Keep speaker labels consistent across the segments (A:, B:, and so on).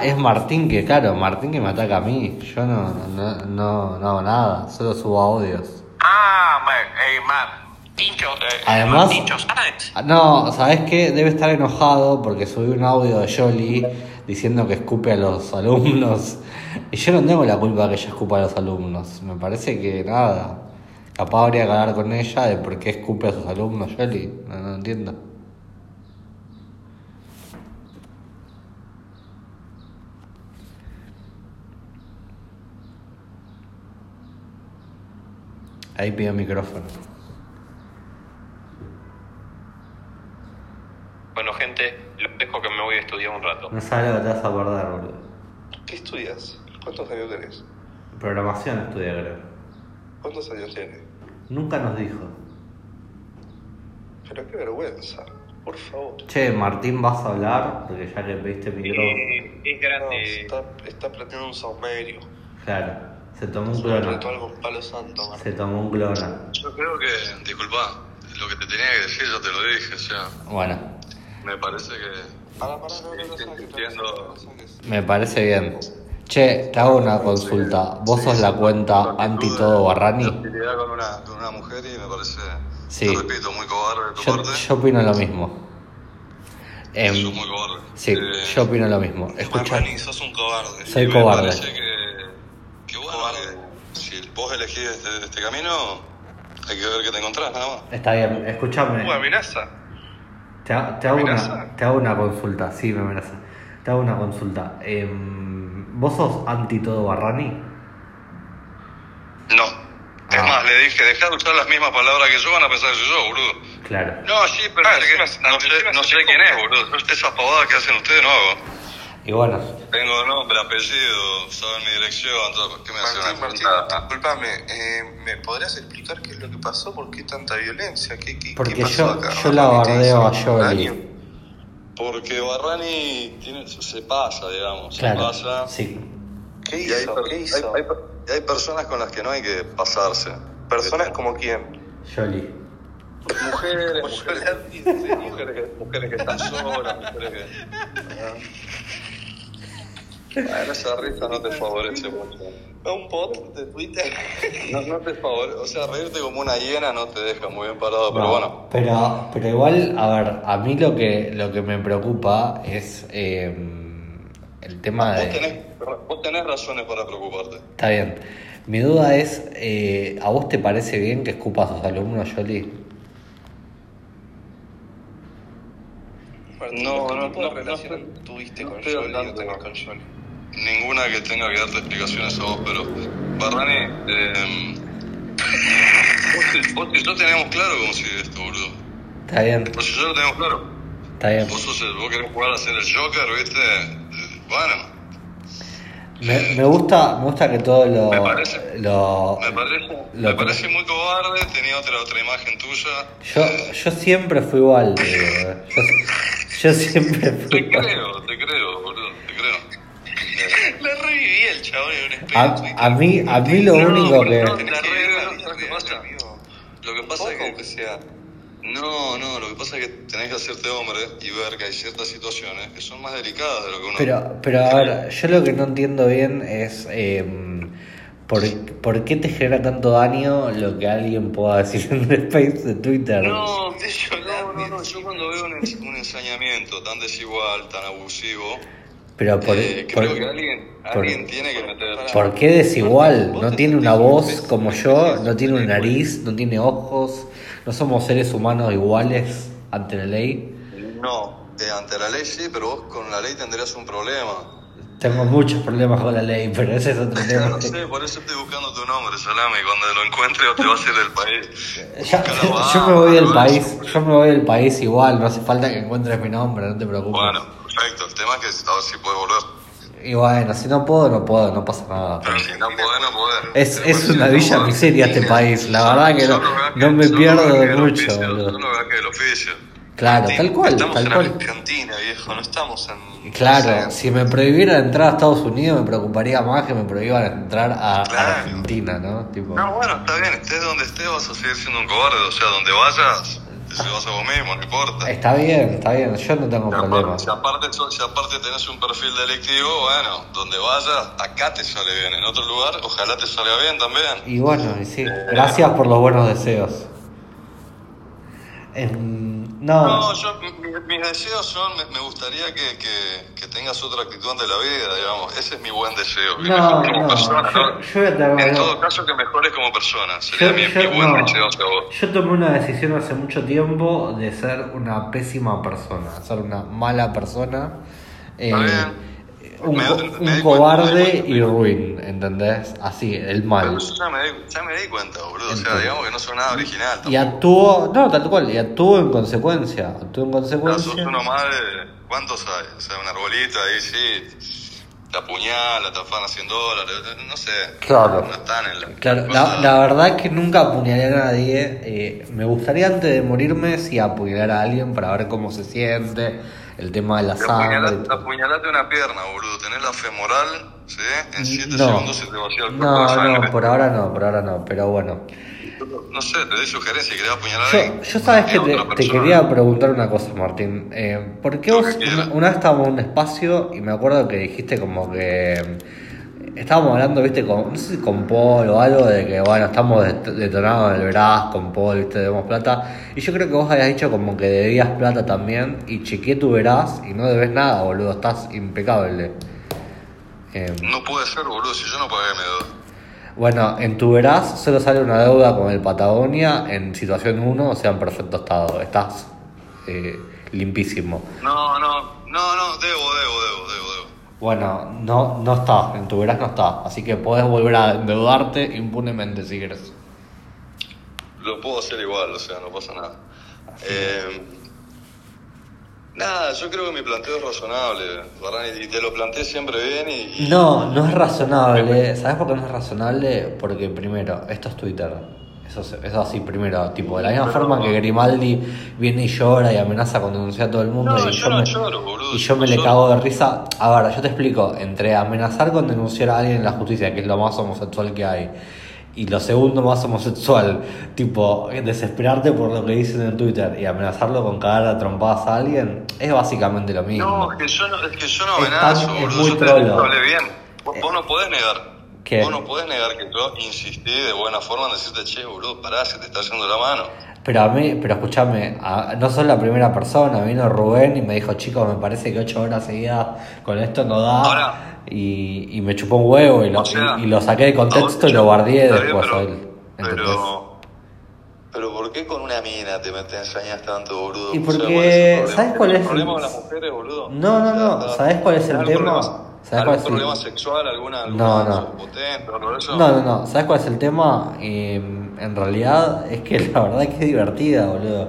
A: Es Martín que, claro, Martín que me ataca a mí. Yo no, no, no, no hago nada, solo subo audios.
B: Ah, ma- eh, Martincho. eh,
A: Además-
B: Martinchos, Alex.
A: Ah, No, ¿sabes qué? Debe estar enojado porque subí un audio de Jolly diciendo que escupe a los alumnos. Y yo no tengo la culpa que ella escupa a los alumnos. Me parece que nada. Capaz habría que hablar con ella de por qué escupe a sus alumnos, Jolly. No, no entiendo. Ahí pido micrófono.
B: Bueno, gente, los dejo que me voy a estudiar un rato.
A: No sabes lo que te vas a acordar, boludo.
C: ¿Qué estudias? ¿Cuántos años tenés?
A: Programación estudia, creo.
C: ¿Cuántos años tienes?
A: Nunca nos dijo.
C: Pero qué vergüenza, por favor.
A: Che, Martín, vas a hablar, porque ya que pediste micrófono.
B: Eh, es
C: No,
B: grande.
C: está, está planeando un saumerio.
A: Claro, se tomó un
C: Un
A: clona.
C: ritual con palo santo, Martín.
A: Se tomó un clona.
D: Yo creo que, disculpa, lo que te tenía que decir yo te lo dije, o sea,
A: Bueno,
D: me parece que...
C: Para, para, no, no, no,
D: Estoy
C: saques,
D: insistiendo.
C: no saques.
A: me parece bien. Che, te hago una consulta. ¿Vos sos la cuenta anti todo Barrani?
D: Hostilidad Con una, con una mujer y me parece,
A: Sí.
D: te repito, muy cobarde de tu
A: Yo,
D: parte.
A: yo opino lo mismo. Em,
D: Sos muy cobarde.
A: sí,
D: Eh,
A: yo opino lo mismo. Escucha,
C: Marrani, sos un cobarde.
A: soy
D: me
A: cobarde.
D: parece que, que bueno, que si vos elegís este, este camino, hay que ver qué te encontrás, nada más.
A: Está bien, escúchame.
C: Uh, amenaza.
A: Te, ha- te hago una,
C: ¿Amenaza?
A: te hago una consulta, sí, me amenaza. Te hago una consulta. Em, ¿Vos sos anti todo Barrani?
D: No. Es
A: Ah.
D: más, le dije, dejá de usar las mismas palabras que yo, van a pensar que soy yo, boludo.
A: Claro.
D: No, sí, pero
C: Ah,
D: es que
C: encima es-
D: no, sé,
C: encima
D: no
C: es
D: sé
C: un
D: quién es,
C: psicópata.
D: boludo. Yo Esas pavadas que hacen ustedes no hago.
A: Y bueno,
D: Tengo nombre, apellido, saben mi dirección, todo. ¿Qué me hace una
C: Martín, Martín,
D: putada?
C: disculpame, eh, ¿me podrías explicar qué es lo que pasó? ¿Por qué tanta violencia? ¿Qué, qué,
A: porque
C: qué pasó
A: yo,
C: acá?
A: yo la
C: Marrani, ¿te hizo
A: bardeo a
C: algún daño?
A: Jolie.
D: Porque Barrani tiene, se pasa, digamos. Se
A: Claro.
D: pasa.
A: Sí.
C: ¿Qué
D: Y hay,
C: hizo?
D: per-
C: ¿Qué
D: hay-
C: hizo?
D: hay per- y hay personas con las que no hay que pasarse.
C: Personas como quién.
A: Jolie.
D: Mujeres, mujeres, mujeres, que, mujeres que están solas, mujeres que. Ah, esa risa no te favorece mucho.
C: Un bot de Twitter.
D: No, no te favorece. O sea, reírte como una hiena no te deja muy bien parado, pero bueno.
A: Pero, pero igual, a ver, a mí lo que, lo que me preocupa es em, el tema
D: Vos
A: de.
D: tenés, vos tenés razones para preocuparte.
A: Está bien. Mi duda es, eh, ¿a vos te parece bien que escupa a sus alumnos, Jolie?
C: Martín,
D: No,
C: ¿qué
D: no,
C: tipo de
D: no,
C: relación
D: no,
C: tuviste
D: no
C: con
D: estoy
C: Jolie
D: hablando.
C: o tenés con Jolie?
D: Ninguna que tenga que darte explicaciones a vos, pero. Barrani, eh, vos, y- vos y yo tenemos claro cómo sigue esto, boludo.
A: Está bien,
D: Vos y yo lo tenemos claro.
A: está bien.
D: Vos, sos el- vos querés jugar a ser el Joker, ¿viste? Eh, Bueno.
A: Me, me gusta, me gusta que todo lo.
D: Me parece.
A: lo-
D: Me parece,
A: Lo
D: me
A: que-
D: parece muy cobarde, tenía otra, otra imagen tuya.
A: Yo, yo siempre fui igual, te digo, eh. yo, yo siempre fui
D: Te
A: igual.
D: creo, te creo, boludo, te creo.
C: La reviví el chabón en un espejo.
A: A, a mí, a mí lo único que.
D: no, la reviví, no, ¿qué pasa? Lo que pasa es que...
C: sea.
D: No, no, lo que pasa es que tenés que hacerte hombre y ver que hay ciertas situaciones que son más delicadas de lo que uno...
A: Pero, pero a ver, yo lo que no entiendo bien es eh, ¿por, por qué te genera tanto daño lo que alguien pueda decir en un space de Twitter.
D: No, yo, no, no, no, yo cuando veo un, ens- un ensañamiento tan desigual, tan abusivo,
A: Pero por,
D: eh,
A: por-
D: creo que alguien,
A: por-
D: alguien tiene que meter...
A: ¿por qué desigual?
D: Vos
A: No
D: te
A: tiene
D: sentís
A: una
D: un
A: voz
D: imbécil,
A: como
D: te
A: yo,
D: sentís
A: no
D: un
A: tiene una
D: imbécil.
A: nariz, no tiene ojos, no somos seres humanos iguales ante la ley.
D: No, eh, ante la ley sí, pero vos con la ley tendrías un problema.
A: Tengo muchos problemas con la ley, pero ese es otro
D: Ya
A: tema.
D: lo sé, por eso estoy buscando tu nombre, Salami. Cuando lo encuentre o te vas a ir del país.
A: Ya-
D: Buscala,
A: yo me voy del
D: va,
A: país,
D: va.
A: yo me voy del país igual, no hace falta que encuentres mi nombre, no te preocupes.
D: Bueno, perfecto. El tema es que a ver si puedes volver.
A: Y bueno, si no puedo, no puedo, no pasa nada.
D: Pero si no podés, no podés.
A: Es-
D: Pero
A: es
D: si
A: una
D: no
A: villa
D: podés,
A: miseria este
D: mira,
A: país, la
D: son-
A: verdad que
D: son
A: no-
D: los
A: no me
D: son los
A: pierdo de
D: gajes del
A: mucho,
D: oficio,
A: boludo.
D: Son los gajes del oficio.
A: Claro, tal cual,
C: Estamos
A: tal
C: en
A: cual.
C: Argentina, viejo, no estamos en.
A: Claro,
C: no sé,
A: si me prohibieran entrar a Estados Unidos, me preocuparía más que me prohíban entrar a
D: Claro.
A: Argentina, ¿no? Tipo,
D: No, bueno, está bien. Estés donde estés, vas a seguir siendo un cobarde. O sea, donde vayas, Se vas a vos mismo, no importa.
A: Está bien, está bien, yo no tengo
D: Si aparte,
A: problema.
D: si aparte sos- si aparte tenés un perfil delictivo, bueno, donde vayas, acá te sale bien. En otro lugar, ojalá te salga bien también.
A: Y bueno, y sí,
D: Eh,
A: gracias por los buenos deseos. Em, no,
D: No, yo, mi- mis deseos son, me, me gustaría que, que- que tengas otra actitud ante la vida, digamos. Ese es mi buen deseo. que
A: no, no,
D: mejores
A: yo,
D: como persona, ¿no?
A: yo voy a tener-
D: En todo caso, que mejores como persona. Sería
A: yo-
D: mi,
A: yo
D: mi buen
A: no.
D: deseo hacia vos.
A: Yo tomé una decisión hace mucho tiempo de ser una pésima persona, ser una mala persona, eh,
D: bien.
A: un,
D: Me-
A: co-
D: me
A: un
D: di cuenta, me di
A: cobarde
D: cuenta.
A: y ruin, ¿entendés? Así, el mal.
D: Pero yo ya me, di, ya me di cuenta, boludo. O sea,
A: Entiendo.
D: digamos que no soy nada original.
A: Y
D: tampoco.
A: actuó, no, tal cual, y actuó en consecuencia, actuó en
D: Ah, sos
A: consecuencia.
D: uno más de- ¿Cuántos hay? O sea, un arbolito ahí sí. Te apuñala, te afana 100 dólares. No sé.
A: Claro.
D: No están en la.
A: Claro, la, la verdad que nunca apuñalé a nadie. eh, me gustaría antes de morirme si apuñalar a alguien para ver cómo se siente, el tema de la
D: Te
A: sangre.
D: apuñalaste, te apuñalaste una pierna, boludo. Tenés la femoral, ¿sí? En 7
A: No,
D: segundos se te vacía el cuerpo de
A: no,
D: sangre.
A: no, por ahora no, por ahora no, pero bueno.
D: No sé, te doy sugerencia. ¿Querés apuñalar a
A: Yo,
D: alguien?
A: yo sabes que
D: a
A: te,
D: otra
A: te
D: persona.
A: quería preguntar una cosa, Martín. Eh, ¿Por qué
D: Lo
A: vos
D: que
A: una,
D: quieras.
A: una vez estábamos en un espacio y me acuerdo que dijiste como que mm, estábamos hablando, viste, con, no sé si con Paul o algo, de que bueno, estamos det- detonados en el Brás con Paul, viste, debemos plata. Y yo creo que vos habías dicho como que debías plata también y chequeé tu Brás y no debes nada, boludo, estás impecable. Eh,
D: No puede ser, boludo. Si yo no pagué, me doy.
A: bueno, en tu Brás solo sale una deuda con el Patagonia en situación 1, o sea, en perfecto estado. Estás eh, limpísimo.
D: No, no, no, no. Debo, debo, debo, debo, debo.
A: Bueno, no, no está, en tu Brás no está. Así que podés volver a endeudarte impunemente si quieres.
D: Lo puedo hacer igual, o sea, no pasa nada. Eh, nada, yo creo que mi planteo es razonable, Barrani, y te lo planteé siempre bien y... y-
A: No, no es razonable. ¿Sabes por qué no es razonable? Porque primero, esto es Twitter. Eso, es- eso así, primero, tipo, de la misma forma que Grimaldi viene y llora y amenaza con denunciar a todo el mundo.
D: No,
A: y
D: yo no lloro, boludo,
A: Y yo me
D: yo
A: le
D: lloro.
A: cago de risa. A ver, yo te explico. Entre amenazar con denunciar a alguien en la justicia, que es lo más homosexual que hay, y lo segundo más homosexual, tipo, desesperarte por lo que dicen en Twitter y amenazarlo con cagar a trompadas a alguien, es básicamente lo mismo.
D: No, es que yo no, es que yo no
A: Es
D: amenazo,
A: tan- es
D: boludo,
A: muy
D: yo te
A: trolo.
D: lo hablé bien. Vos, vos no podés negar,
A: ¿Qué?
D: vos no podés negar que yo insistí de buena forma en decirte, che, boludo, pará, se te está yendo la mano.
A: Pero a mí, pero escúchame, a- no soy la primera persona, vino Rubén y me dijo, chicos, me parece que ocho horas seguidas con esto no da.
D: Ahora.
A: y, y me chupó un huevo y lo,
D: O sea,
A: y, y lo saqué de contexto y lo guardé
D: Está bien,
A: después
D: pero-
A: a él. ¿entendés?
D: Pero, pero ¿por qué con una mina te, te ensañas tanto, boludo?
A: Y
D: O sea,
A: porque-
D: ¿cuál
A: ¿sabes cuál es el-
D: es el problema? el problema con las mujeres, boludo?
A: No, no, no,
D: O sea,
A: ¿sabes cuál es el
D: algún
A: tema?
D: problema-
A: ¿Sabes
D: ¿Algún
A: cuál es el-
D: problema sexual? ¿Alguna,
A: No,
D: alguna
A: no.
D: potente? algo de eso?
A: No, no, no. ¿Sabes cuál es el tema? Eh, en realidad es que la verdad que es divertida, boludo.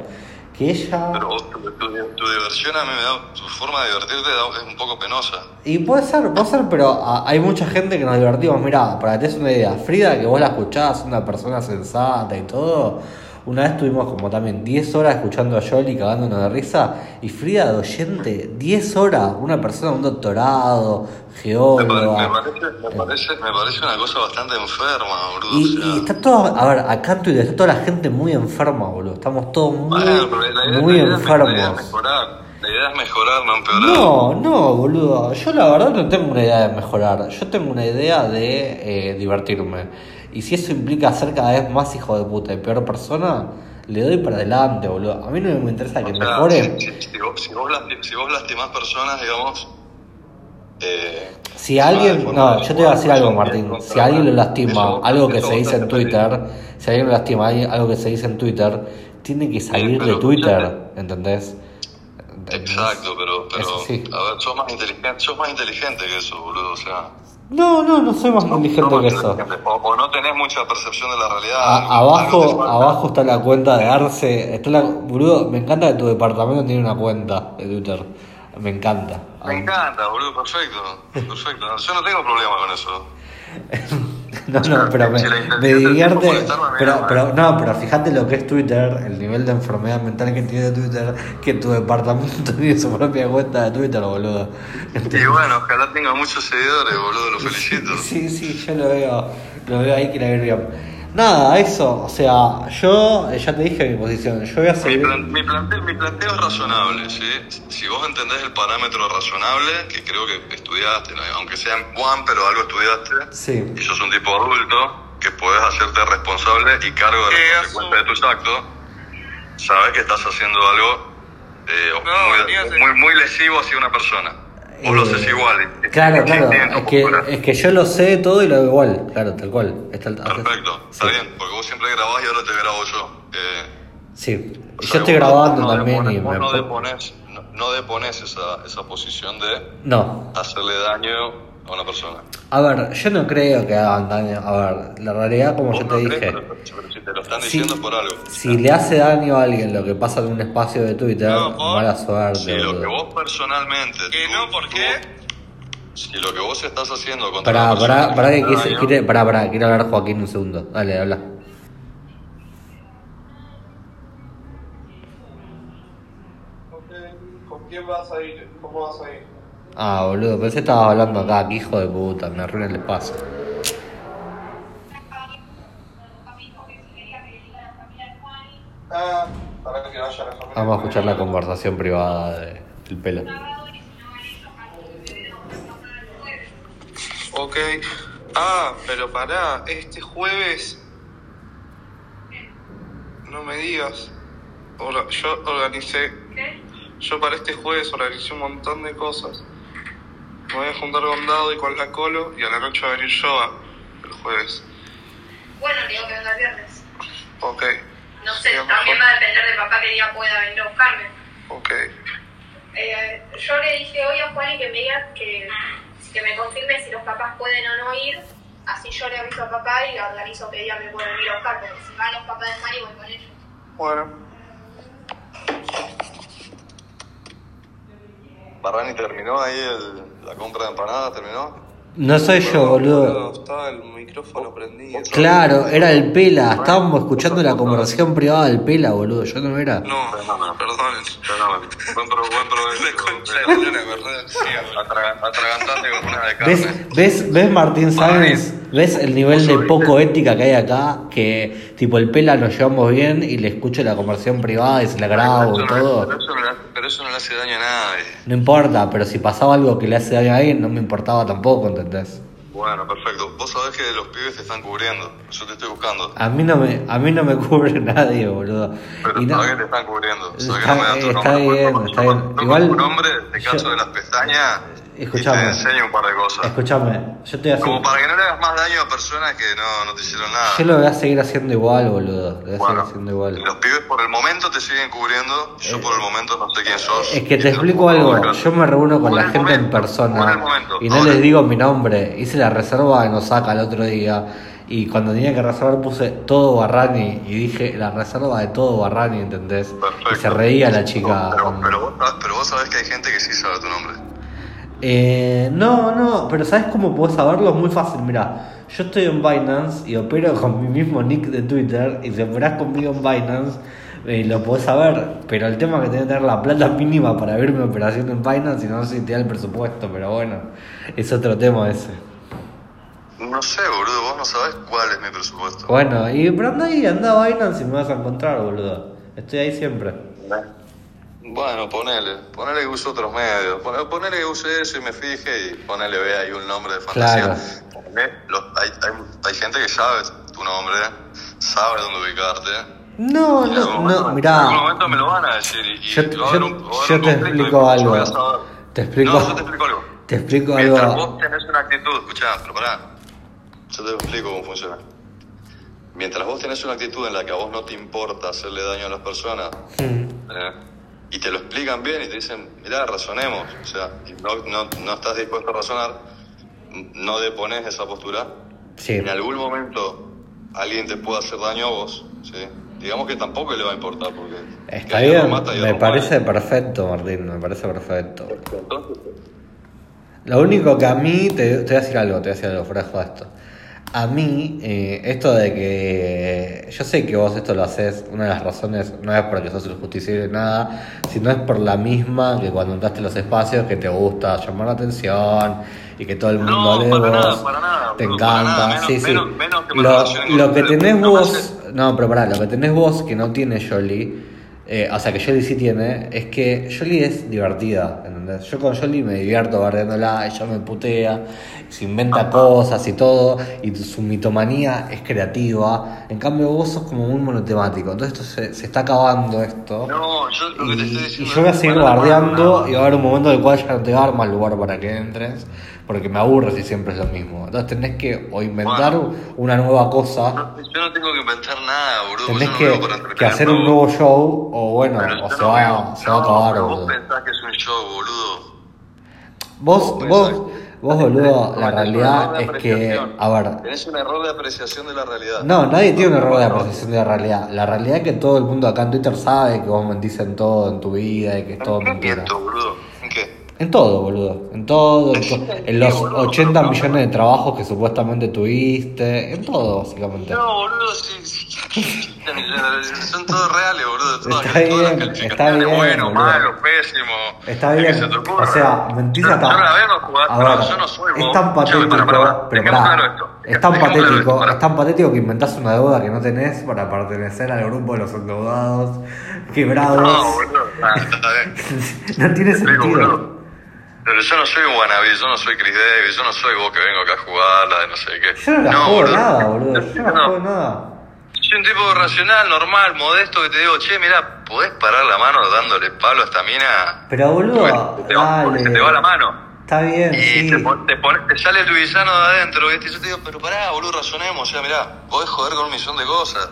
A: Que ella...
D: Pero vos, tu, tu- tu diversión a mí me da... Tu forma de divertirte da- es un poco penosa.
A: Y puede ser, puede ser, pero a- hay mucha gente que nos divertimos. Mirá, para que te des una idea, Frida, que vos la escuchás, una persona sensata y todo. Una vez estuvimos como también 10 horas escuchando a Jolly cagándonos de risa. Y Frida, de oyente, 10 horas. Una persona, un doctorado,
D: Me, pare- me
A: geóloga.
D: parece, me, parece, me parece una cosa bastante enferma,
A: Eh.
D: boludo.
A: Y,
D: o sea.
A: y está todo, a ver, acá en Twitter está toda la gente muy enferma, boludo. Estamos todos muy,
D: Bueno, pero Ah, la idea-
A: muy
D: la idea es- La idea es
A: enfermos.
D: mejorar, la idea es mejorar, no empeorar.
A: No, no, boludo. Yo la verdad no tengo una idea de mejorar. Yo tengo una idea de eh, divertirme. Y si eso implica ser cada vez más hijo de puta y peor persona, le doy para adelante, boludo. A mí no me interesa que
D: O sea,
A: mejore.
D: Si, si- si vos, si, vos lasti- si vos lastimás personas, digamos. eh,
A: Si alguien,
D: de forma
A: no, yo te voy a decir
D: adecuada,
A: algo,
D: eso
A: Martín.
D: es
A: Si alguien lo
D: contra-
A: lastima,
D: eso-
A: algo que
D: eso
A: se dice en
D: bastante
A: Twitter, si alguien lo lastima, hay algo que se dice en Twitter, tiene que salir de
D: pero
A: Twitter,
D: escuchate.
A: ¿entendés?
D: peligroso. Exacto, pero. pero
A: Eso sí.
D: A ver, sos más, inteligente, sos más inteligente que eso, boludo. O sea.
A: No, no, no soy más inteligente
D: sos
A: que
D: más
A: eso.
D: inteligente. O, o no tenés mucha percepción de la realidad.
A: A-
D: algo- algo
A: abajo,
D: te falta.
A: abajo está la cuenta de Arce. Está la, boludo, me encanta que tu departamento tiene una cuenta de Twitter. Me encanta.
D: Me encanta, boludo, perfecto. Perfecto. Yo no tengo problema con eso.
A: No, no, pero me,
D: Si la intención
A: me
D: del
A: divierte.
D: tiempo puede estar, me
A: Pero,
D: mira,
A: pero, no, pero fíjate lo que es Twitter, el nivel de enfermedad mental que tiene Twitter, que tu departamento tiene su propia cuenta de Twitter, boludo.
D: Y bueno, ojalá tenga muchos seguidores, boludo, lo felicito.
A: Sí, sí, yo lo veo, lo veo ahí que la veo bien. Nada, eso, o sea, yo eh, ya te dije mi posición, yo voy a
D: Mi,
A: seguir...
D: plan- mi planteo, mi planteo es razonable, ¿sí? Si vos entendés el parámetro razonable, que creo que estudiaste, ¿no? aunque sea en Juan, pero algo estudiaste,
A: Sí,
D: y sos un tipo adulto, que podés hacerte responsable y cargo de
C: Eh,
D: las consecuencias de tus actos, sabés que estás haciendo algo eh,
C: No, digas-
D: muy, muy, muy lesivo hacia una persona. Vos lo
A: Eh,
D: haces igual. y-
A: Claro,
D: y-
A: claro,
D: y- y-
A: es que, es que yo lo sé todo y lo hago igual, claro, tal cual. Está el- haces-
D: Perfecto, está
A: sí.
D: bien, porque vos siempre grabás y ahora te grabo yo. Eh,
A: Sí,
D: O
A: yo
D: sea,
A: estoy
D: vos no-
A: grabando
D: no
A: también
D: depones-
A: y
D: vos
A: me...
D: no depones, no, no depones esa, esa posición de
A: No,
D: hacerle daño a una persona.
A: a ver, yo no creo que hagan daño, a ver, la realidad como
D: Vos
A: yo
D: no
A: te
D: crees,
A: dije...
D: pero- pero si te lo están
A: Sí.
D: diciendo por algo.
A: Si le hace daño a alguien lo que pasa en un espacio de Twitter,
D: No, por-
A: mala suerte.
D: Si lo
A: boludo.
D: que vos personalmente.
C: Que
D: tú-
C: no, ¿por
D: tú-
C: qué?
D: Si lo que vos estás haciendo contra
A: Pará,
D: una persona
A: pará,
D: que
A: pará
D: te
A: que
D: hace
A: quise-
D: daño-
A: quiere, pará, pará, quiero hablar Joaquín un segundo. Dale, habla.
C: ¿Con quién vas a ir? ¿Cómo vas a ir?
A: Ah, boludo, pensé que estabas hablando acá, que hijo de puta, me arruina el espacio.
C: Ah, para que vaya la familia.
A: Vamos a escuchar la conversación privada de- del pelo.
C: Ok. Ah, pero pará, este jueves. No me digas. Hola, yo organicé. Yo para este jueves organicé un montón de cosas. Me voy a juntar con Dado y con la Colo y a la noche va a venir Yoga el jueves.
E: Bueno, digo que venga el viernes.
C: Ok,
E: No sé,
C: Sí, a lo
E: también
C: mejor.
E: va a depender de papá que día pueda venir a buscarme.
C: ok.
E: Eh, yo le dije hoy a Juan y que me diga que, que me confirme si los papás pueden o no ir. Así yo le aviso a papá y organizo que día me pueden venir a buscar. Porque si van los papás de Mari, voy con ellos.
C: Bueno,
D: Barrani terminó ahí el- la compra de empanadas, terminó.
A: No soy yo, boludo. Oh,
C: estaba el micrófono prendido.
A: Claro, era el Pela, estábamos escuchando la conversación privada del Pela, boludo. Yo no era.
C: No, perdonen.
D: Fenómeno. Buen, pro, buen
C: La concha de
D: provecho.
C: la luna, perdón. Sí,
D: Atraga- Atragantate con una de carne.
A: ¿Ves, ves, ves Martín Sáenz? ¿Ves el nivel de poco ética que hay acá? Que tipo el pela nos llevamos bien y le escucho la conversación privada y se la grabo y
D: Pero eso no-
A: todo.
D: Pero eso, no le hace- pero eso no le hace daño a nadie.
A: No importa, pero si pasaba algo que le hace daño a alguien, no me importaba tampoco, ¿entendés?
D: Bueno, perfecto. Vos sabés que los pibes te están cubriendo. Yo te estoy buscando.
A: A mí no me, a mí no me cubre nadie, boludo.
D: Pero
A: Y no-
D: sabés que te están cubriendo. Sabés que
A: Está-
D: no me das tu
A: está
D: nombre. Yo
A: bien,
D: con-
A: está
D: yo con-
A: bien.
D: yo
A: Igual-
D: con tu nombre te cacho
A: yo-
D: de las pestañas
A: Escuchame.
D: y te enseño un par de cosas.
A: escuchame, yo te voy a hacer-
D: Como para que no le hagas más daño a personas que no, no te hicieron nada.
A: yo lo voy a seguir haciendo igual, boludo. Lo voy a
D: Ah. Bueno,
A: seguir haciendo igual. Eh,
D: Los pibes por el momento te siguen cubriendo. Yo por el momento no sé quién sos.
A: Es que
D: Y
A: te explico algo, yo me reúno con
D: Por
A: la
D: el
A: gente en
D: momento, por el
A: persona
D: momento,
A: y no
D: ahora.
A: les digo mi nombre, hice la reserva en Osaka el otro día y cuando tenía que reservar puse todo Barrani y dije la reserva de todo Barrani, ¿entendés?
D: Perfecto.
A: Y se reía la chica.
D: Pero,
A: cuando-
D: pero vos, sabés- pero vos sabés que hay gente que sí sabe tu nombre.
A: Eh, no, no, pero ¿sabes cómo podés saberlo? Es muy fácil, mirá, yo estoy en Binance y opero con mi mismo nick de Twitter y si operás conmigo en Binance eh, lo podés saber, pero el tema es que tenés que tener la plata mínima para ver mi operación en Binance y no sé si te da el presupuesto, pero bueno, es otro tema ese.
D: No sé, boludo. Vos no sabés cuál es mi presupuesto.
A: Bueno, y pero anda ahí, anda a Binance y me vas a encontrar, boludo. Estoy ahí siempre.
D: Bueno, ponele, ponele que use otros medios, pone- ponele que use eso y me fije y ponele, ve ahí un nombre de fantasía. Ponele, los- hay, hay- hay gente que sabe tu nombre, sabe dónde ubicarte.
A: No,
D: Y en algún
A: no,
D: momento-
A: no,
D: En algún
A: mirá,
D: momento me lo van a decir y, y
A: yo,
D: va a haber
A: yo-
D: un- va a haber
A: yo
D: un
A: te
D: conflicto y
A: explico
D: yo
A: algo.
D: voy a saber.
A: Te explico.
D: No, yo te explico algo.
A: Te explico
D: Mientras
A: algo.
D: vos tenés una actitud, escuchá, pero pará. Yo te explico cómo funciona. Mientras vos tenés una actitud en la que a vos no te importa hacerle daño a las personas, ¿eh? y te lo explican bien y te dicen, mirá, razonemos, o sea, y no, no, no estás dispuesto a razonar, n- no depones esa postura,
A: Sí.
D: en algún momento alguien te puede hacer daño a vos, ¿sí? digamos que tampoco le va a importar, porque...
A: Está
D: que alguien
A: bien,
D: lo mata y
A: me
D: otro
A: parece
D: muere.
A: perfecto, Martín, me parece perfecto.
D: Entonces,
A: Lo único que a mí, te, te voy a decir algo, te voy a decir algo, fuera de joda esto. A mí, eh, esto de que. Yo sé que vos esto lo haces, una de las razones no es porque sos el justiciero ni nada, sino es por la misma que cuando entraste en los espacios que te gusta llamar la atención y que todo el mundo
D: No,
A: lee
D: para
A: vos,
D: nada, para nada,
A: te
D: bro,
A: encanta,
D: para nada, menos-
A: sí, sí.
D: menos- menos que me relacione
A: lo,
D: con
A: lo que
D: ustedes,
A: tenés
D: no me
A: vos,
D: hace-
A: no, pero pará, lo que tenés vos que no tiene Jolie, eh, o sea que Jolie sí tiene, es que Jolie es divertida, ¿entendés? Yo con Jolie me divierto bardeándola, ella me putea, se
D: Ah.
A: inventa cosas y todo, y su mitomanía es creativa, en cambio vos sos como muy monotemático, entonces esto se, se está acabando esto.
D: No, yo lo que te estoy
A: Y, y
D: diciendo
A: yo voy a
D: es
A: seguir
D: para-
A: bardeando y va a haber un momento en el cual ya no te va a dar más lugar para que entres, porque me aburres y siempre es lo mismo. Entonces tenés que o inventar
D: Bueno.
A: una nueva cosa,
D: No, Yo no tengo que inventar nada, boludo.
A: tenés
D: yo no
A: que,
D: vengo para
A: que hacer un nuevo show, o bueno,
D: Pero
A: o
D: yo
A: se,
D: no
A: va,
D: vengo-
A: se va a
D: no,
A: acabar,
D: pero
A: boludo.
D: Vos pensás que es un show, boludo.
A: Vos,
D: vos
A: vos,
D: pensás-
A: vos,
D: Tenés
A: boludo,
D: un
A: la
D: error de
A: realidad es que,
D: apreciación.
A: a ver,
D: Tenés un error de apreciación de la realidad.
A: no, nadie tiene un error de apreciación de la realidad. La realidad es que todo el mundo acá en Twitter sabe que vos mentís en todo, en tu vida, y que es todo
D: ¿En qué
A: mentira.
D: miento, boludo? ¿En qué?
A: En todo, boludo. En todo. En, to- en los 80 millones de trabajos que supuestamente tuviste. En todo, básicamente.
D: No, boludo, sí. sí. Son todos reales, boludo. Todas,
A: Está
D: todas las
A: bien,
D: calificaciones,
A: está bien,
D: Bueno,
A: boludo.
D: malo, pésimo.
A: Está
D: lo que
A: bien.
D: se te
A: o
D: ocurra.
A: sea, mentís
D: Yo-
A: hasta.
D: Yo la veo jugar,
A: A
D: pero
A: ver,
D: yo no soy
A: Es
D: vos.
A: tan
D: Yo-
A: patético.
D: pará, pará,
A: pero
D: dejemos
A: pará,
D: claro esto,
A: es tan
D: dejemos claro
A: patético.
D: esto, pará.
A: es tan patético que inventás una deuda que no tenés para pertenecer al grupo de los endeudados, quebrados.
D: No, boludo. nah, Está bien.
A: no tiene
D: Digo,
A: sentido.
D: boludo. Pero yo no soy un wannabe, yo no soy Chris Davis, yo no soy vos que vengo acá a jugar, la de no sé qué.
A: Yo no la juego
D: boludo.
A: nada, boludo. Yo no la
D: No.
A: juego nada.
D: Soy un tipo racional, normal, modesto que te digo, che, mirá, ¿podés parar la mano dándole palo a esta mina?
A: Pero boludo,
D: Porque se te va- porque
A: dale.
D: se te va la mano.
A: Está bien,
D: Y
A: sí.
D: te, pon- te pon- te sale el Luisano de adentro, ¿viste? Y yo te digo, pero pará, boludo, razonemos, o sea, mirá, podés joder con un millón de cosas.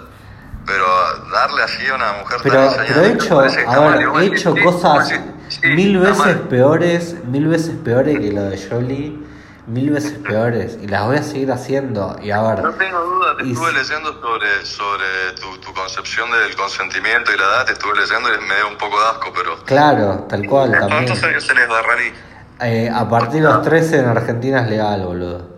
D: Pero darle así a una mujer
A: Pero,
D: tan
A: pero he
D: ensañada,
A: hecho,
D: me parece que está
A: a ver,
D: mal. Y vos
A: he
D: decís,
A: hecho
D: sí,
A: cosas
D: vos decís, sí,
A: mil
D: está
A: veces
D: mal.
A: peores, mil veces peores que lo de Jolie, mil veces peores, y las voy a seguir haciendo, y a ver,
D: No tengo duda, te
A: Y
D: estuve
A: si-
D: leyendo sobre, sobre tu, tu concepción del consentimiento y la edad, te estuve leyendo y me dio un poco de asco, pero...
A: claro, tal cual, también.
D: ¿Cuántos años tenés, Barrani?
A: Eh, a partir de los 13 en Argentina es legal, boludo.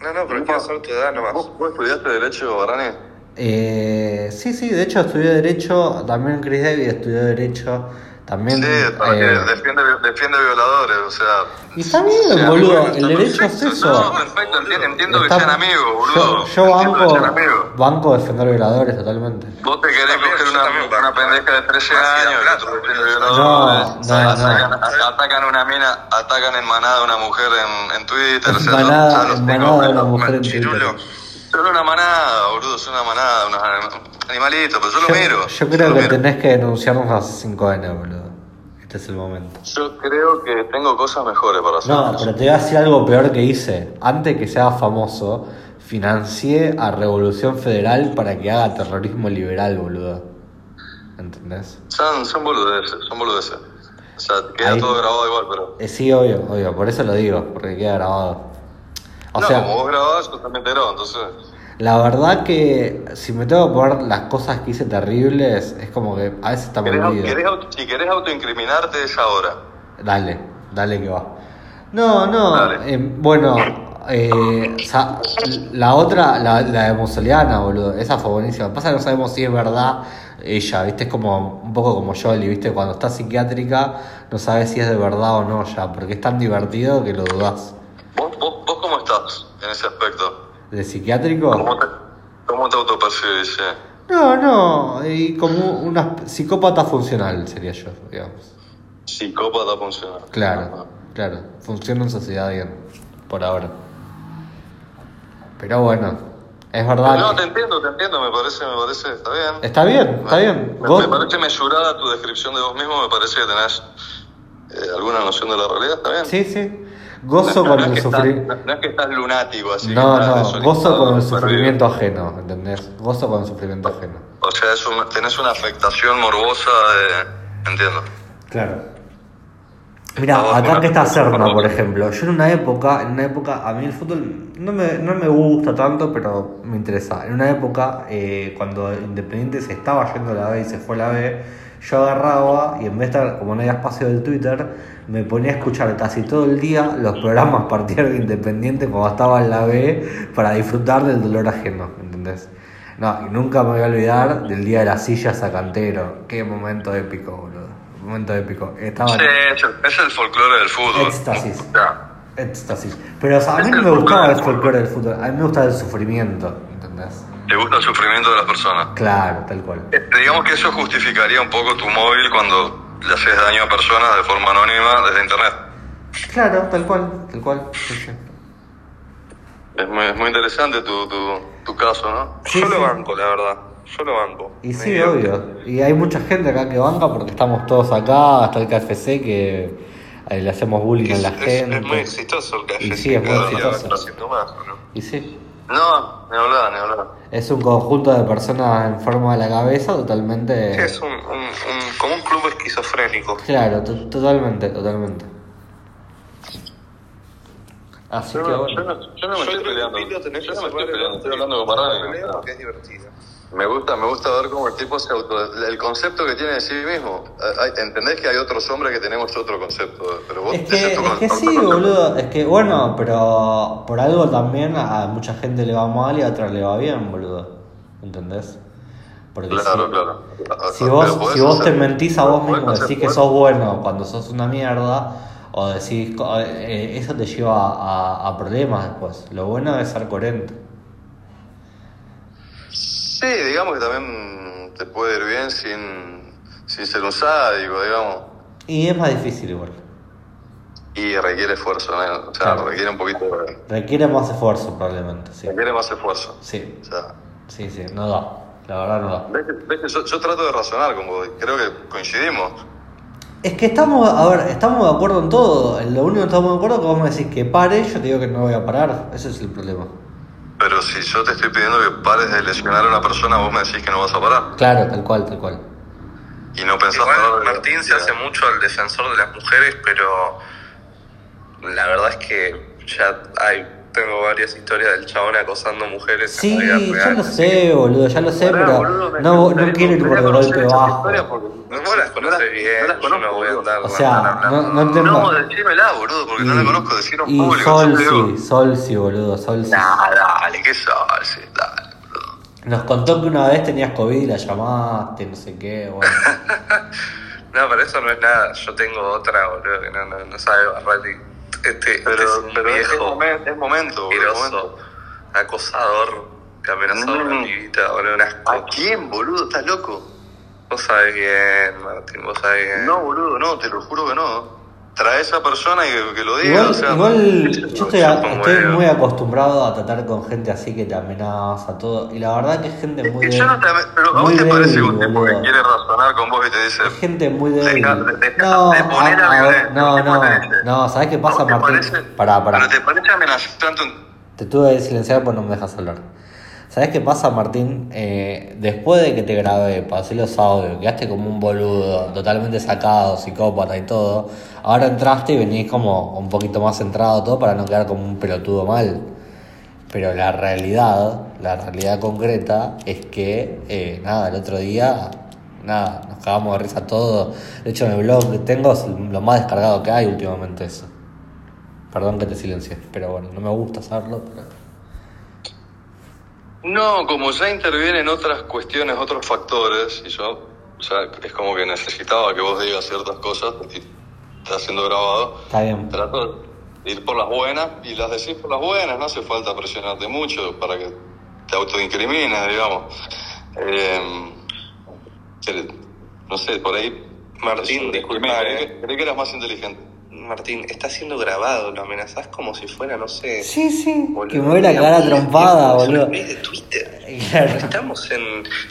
C: No, no, pero quiero saber tu edad nomás.
D: ¿Vos, vos estudiaste Derecho, Barrani?
A: Eh, sí, sí, de hecho estudió Derecho, también Chris Davis estudió Derecho,
D: Sí,
A: también...
D: para que
A: eh,
D: defiende, defiende violadores, o sea...
A: y está
D: o
A: bien,
D: sea,
A: boludo,
D: bueno,
A: el
D: está
A: derecho es
D: perfecto,
A: eso.
D: No, perfecto, entiendo, entiendo
A: Está-
D: que sean amigos,
A: yo,
D: boludo.
A: yo
D: Entiendo que sean amigos.
A: banco, banco defender violadores totalmente.
D: Vos te querés
C: También,
D: coger
C: yo
D: una,
C: también,
D: una pendeja de 13
C: Más si da
D: años,
C: plata,
D: que
C: boludo.
D: violadores,
A: No, no,
D: atacan,
A: no.
D: a- atacan una mina, atacan en manada a una mujer en, en Twitter, o sea,
A: Manada-
D: ya los
A: en
D: tengo,
A: manada de
D: pero-
A: una mujer en
C: Machirulo.
A: Twitter.
D: Solo una manada, boludo, son una manada, unos anim- animalitos, pero yo lo miro.
A: Yo, yo creo
D: lo
A: que
D: miro.
A: tenés que denunciarnos hace 5 años, boludo. Este es el momento.
D: Yo creo que tengo cosas mejores para hacer.
A: No, pero te voy a decir algo peor que hice. Antes que sea famoso, financié a Revolución Federal para que haga terrorismo liberal, boludo. ¿Entendés?
D: Son, son boludeces, son boludeces. O sea, queda
A: Ahí-
D: todo grabado igual, pero...
A: Eh, sí, obvio, obvio. Por eso lo digo, porque queda grabado. O
D: no,
A: sea,
D: como vos grabás, yo también te grabo, entonces...
A: La verdad que si me tengo que poner las cosas que hice terribles, es como que a veces está
D: Querés au-
A: perdido.
D: querés au- si querés autoincriminarte es ahora.
A: Dale, dale que va. No, no,
D: Dale.
A: eh, bueno, eh, sa- la otra, la, la de Musoliana, boludo, esa fue buenísima. Pasa que no sabemos si es verdad ella, viste, es como un poco como Jolly, viste, cuando está psiquiátrica no sabes si es de verdad o no ya, porque es tan divertido que lo dudás.
D: ¿Vos, vos, vos cómo estás en ese aspecto?
A: ¿De psiquiátrico?
D: ¿Cómo te, cómo te autopercibís? eh?
A: No, no, y como una psicópata funcional sería yo, digamos.
D: Psicópata funcional.
A: Claro, claro. Funciona en sociedad bien, por ahora. Pero bueno, es verdad.
D: No,
A: que-
D: te entiendo, te entiendo, me parece, me parece, está bien.
A: Está bien, está bien.
D: Me,
A: Vos-
D: me parece mesurada tu descripción de vos mismo, me parece que tenés eh, alguna noción de la realidad, está bien.
A: Sí, sí. Gozo
D: No,
A: con
D: no es
A: el
D: que estás-
A: sufrimiento.
D: no- no es que estás lunático así. que
A: No,
D: estás
A: no,
D: desorientado,
A: gozo con el
D: perdido.
A: sufrimiento ajeno, ¿entendés? Gozo con el sufrimiento ajeno.
D: O sea, es un- tenés una afectación morbosa de... Entiendo.
A: Claro. Mira,
D: Ahora,
A: acá
D: bueno,
A: que está Serna,
D: perdón.
A: por ejemplo. Yo en una época, en una época, a mí el fútbol no me, no me gusta tanto, pero me interesa. En una época, eh, cuando Independiente se estaba yendo a la B y se fue a la B, yo agarraba y en vez de estar, como no había espacio del Twitter, me ponía a escuchar casi todo el día los programas partidarios de Independiente cuando estaba en la B para disfrutar del dolor ajeno, ¿entendés? No, y nunca me voy a olvidar del día de las sillas a Cantero. Qué momento épico, boludo. Momento épico. Estaba
D: Sí, es el, es el folclore del fútbol.
A: éxtasis.
D: Ya.
A: éxtasis. Pero o sea, a mí no me gustaba el folclore del fútbol, a mí me gustaba el sufrimiento, ¿entendés?
D: Le gusta el sufrimiento de las personas.
A: Claro, tal cual.
D: Eh, Digamos que eso justificaría un poco tu móvil cuando le haces daño a personas de forma anónima desde internet.
A: Claro, tal cual, tal cual. Sí, sí.
D: Es muy, es muy interesante tu, tu, tu caso, ¿no?
A: Sí,
C: Yo lo
A: sí.
C: banco, la verdad. Yo lo banco.
A: Y
C: Me
A: sí,
C: divierte.
A: obvio. Y hay mucha gente acá que banca porque estamos todos acá, hasta el KFC que eh, le hacemos bullying
C: Es,
A: a la
C: es-
A: gente.
C: es muy exitoso el café.
A: Y sí, es muy
C: cada día
A: exitoso.
C: va creciendo más, ¿o ¿no?
A: Y sí.
D: No, ni hablar, ni hablar.
A: Es un conjunto de personas enfermas de la cabeza totalmente...
C: Sí, es un, un- un- como un club esquizofrénico.
A: Claro, to- totalmente, totalmente. Así
D: Yo
A: que
D: no, yo
A: bueno.
D: no- yo no me estoy peleando. Yo no me estoy peleando, estoy hablando con Barrani.
C: Barrani. es divertido.
D: Me gusta, me gusta ver cómo el tipo se auto... El concepto que tiene de sí mismo. Eh, hay- Entendés que hay otros hombres que tenemos otro concepto, eh, pero vos
A: Es que,
D: ese
A: es
D: tu
A: que
D: concepto.
A: sí, boludo. Es que bueno, pero por algo también a mucha gente le va mal y a otra le va bien, boludo. ¿Entendés? Porque
D: Claro,
A: si,
D: claro.
A: si
D: Pero
A: vos,
D: podés
A: si vos te
D: hacer-
A: mentís a vos
D: podés
A: mismo,
D: hacer-
A: decís que
D: podés-
A: sos bueno cuando sos una mierda, o decís. co- eh, eso te lleva a, a problemas después. Lo bueno es ser coherente.
D: Sí, digamos que también te puede ir bien sin, sin ser un sádico, digamos.
A: Y es más difícil igual.
D: Y requiere esfuerzo, ¿no? O sea,
A: Claro.
D: requiere un poquito de...
A: Requiere más esfuerzo, probablemente, sí.
D: Requiere más esfuerzo.
A: Sí,
D: O sea,
A: sí, sí, no da. La verdad no da.
D: ves que- ves que yo, yo trato de razonar como creo que coincidimos.
A: Es que estamos, a ver, estamos de acuerdo en todo. Lo único que estamos de acuerdo es que vos me decís que pare, yo te digo que no voy a parar. Ese es el problema.
D: Pero si yo te estoy pidiendo que pares de lesionar a una persona, vos me decís que no vas a parar.
A: Claro, tal cual, tal cual.
D: Y no pensás parar
F: Igual
D: de-
F: Martín se hace mucho al defensor de las mujeres, pero la verdad es que ya hay, tengo varias historias del chabón acosando mujeres
A: Sí,
F: en la vida
A: ya
F: real.
A: lo sé, boludo, ya lo sé,
D: Pará,
A: pero
D: boludo, me-
A: no,
D: me-
A: no
D: me
A: quiero ir por el
D: gustaría conocer
A: golpe
D: esas
A: bajo.
D: historias porque no
F: Vos las
D: las- no las-
F: conocés bien,
D: no las
F: yo no
D: conozco,
F: voy a
D: boludo.
F: andar
A: O sea, no, no entiendo.
D: No, decímela, boludo, porque no la conozco, decirlo en
A: y
D: público.
A: Sol
D: yo digo,
A: sí, Sol sí, boludo, Sol sí.
D: Nah, dale, qué sol, sí, dale, boludo.
A: Nos contó que una vez tenías COVID y la llamaste, no sé qué, bueno.
F: No, pero eso no es nada. Yo tengo otra, boludo, que no, no, no sabe Barrati. Este, este es
D: Pero,
F: un
D: pero es, es
F: viejo
D: momento, es momento, boludo, es momento.
F: asqueroso, acosador, que amenazó a una
D: Mm.
F: pibita, boludo, un
D: ¿A
F: asco.
D: quién, boludo? ¿Estás loco?
F: Vos sabés bien, Martín, vos sabés bien.
D: No, boludo, no, te lo juro que no. Trae a esa persona y que, que lo diga.
A: Igual,
D: o sea,
A: igual yo estoy,
F: yo como
A: estoy
F: veo.
A: muy acostumbrado a tratar con gente así que te amenaza, todo. Y la verdad que es gente muy.
D: Que yo no te, pero a
A: muy
D: vos te parece que
A: débil,
D: un tipo que
A: boludo.
D: quiere razonar con vos y te dice,
A: Es gente muy débil.
D: Deja- deja-
A: no,
D: de poner
A: ah,
D: a
A: ah,
D: violencia,
A: no,
D: ¿qué te
A: no,
D: parece?
A: no, ¿sabes qué
D: ¿a
A: pasa,
D: vos te
A: Martín?
D: parece?
A: Pará, pará.
D: Pero te parece amenazante un...
A: Te tuve que silenciar porque no me dejas hablar. ¿Sabes qué pasa, Martín? Eh, después de que te grabé, pasé los audios, quedaste como un boludo, totalmente sacado, psicópata y todo. Ahora entraste y venís como un poquito más centrado todo para no quedar como un pelotudo mal. Pero la realidad, la realidad concreta es que, eh, nada, el otro día, nada, nos cagamos de risa todo. De hecho, en el blog que tengo es lo más descargado que hay últimamente eso. Perdón que te silencies, pero bueno, no me gusta hacerlo. Pero...
D: No, como ya intervienen otras cuestiones, otros factores, y yo, o sea, es como que necesitaba que vos digas ciertas cosas, y está siendo grabado,
A: Está bien.
D: trato de ir por las buenas y las decís por las buenas, no hace falta presionarte mucho para que te autoincrimines, digamos. Eh, que- no sé, por ahí...
F: Martín, disculpa,
D: Creí
F: eh.
D: que- creí que eras más inteligente.
F: Martín, está siendo grabado, lo amenazás como si fuera, no sé.
A: Sí, sí.
F: boludo,
A: Que me voy a la
F: una
A: cara
F: boludez,
A: trompada,
F: es un
A: boludo.
F: mes de Twitter.
A: Claro.
F: Estamos en.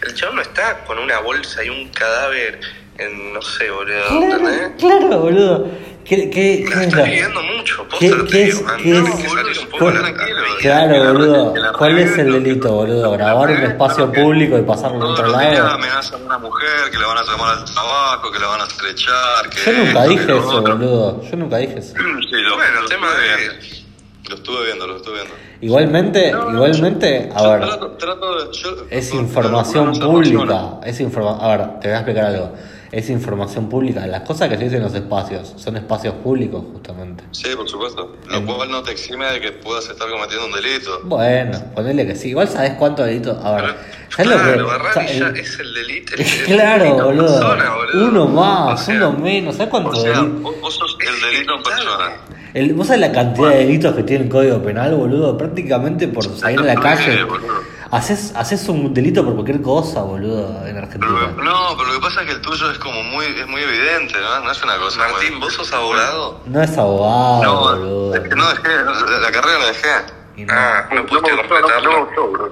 F: El chabón no está con una bolsa y un cadáver en. No sé, boludo.
A: Claro,
F: ¿entendés?
A: claro, boludo. ¿Qué, qué, qué
F: La
A: es
F: está
A: lo-
F: viviendo mucho, posta,
A: ¿Qué-
F: te
A: qué es-
F: digo, man.
A: qué
F: No,
A: es-
F: que salir un poco
A: cuál-
F: tranquilo.
A: Claro, boludo.
D: que la
A: ¿Cuál es el
D: revienta,
A: delito, boludo? Grabar un espacio público y pasarlo a
D: Todos
A: otro
D: los días
A: lado.
D: amenazan a una mujer, que la van a llamar al trabajo, que la van a estrechar, que
A: Yo nunca
D: esto, que
A: dije
D: lo
A: eso,
D: otro.
A: boludo. Yo nunca dije eso.
D: Sí, lo,
F: Bueno,
D: lo
F: el tema
D: estuve
F: de-
D: viendo. Lo estuve viendo, lo estuve viendo.
A: Igualmente, igualmente, a ver.
D: Trato, trato de- yo-
A: Es
D: no,
A: información
D: no, no, no,
A: pública. Es informa a ver, te voy a explicar algo. Es información pública. Las cosas que se dicen en los espacios son espacios públicos, justamente.
D: Sí, por supuesto. Lo cual no te exime de que puedas estar cometiendo un delito.
A: Bueno, ponele que sí. Igual sabes cuánto delito. A ver, ¿sabés lo que-
F: Claro, Barrani
A: sa-
F: ya
A: el-
F: es el delito. el- el
A: Claro,
F: delito en
A: boludo.
F: persona, boludo.
A: Uno más,
F: O sea,
A: uno menos. ¿Sabes cuánto
D: O sea,
A: delito?
D: vos, vos sos el delito en persona.
A: El- ¿Vos sabés la cantidad de delitos que tiene el código penal, boludo? Prácticamente por salir a la calle.
D: boludo.
A: Haces, haces un delito por cualquier cosa, boludo, en Argentina.
D: No, pero lo que pasa es que el tuyo es como muy, es muy evidente, ¿no? No es una cosa.
F: Martín,
D: ¿vos sos abogado?
A: No es abogado,
D: No,
A: Ah, boludo.
D: es que no dejé, la, la carrera la dejé.
A: Y no.
F: Ah, no pudiste
D: me gustó,
F: completarlo.
D: no me gustó, bro.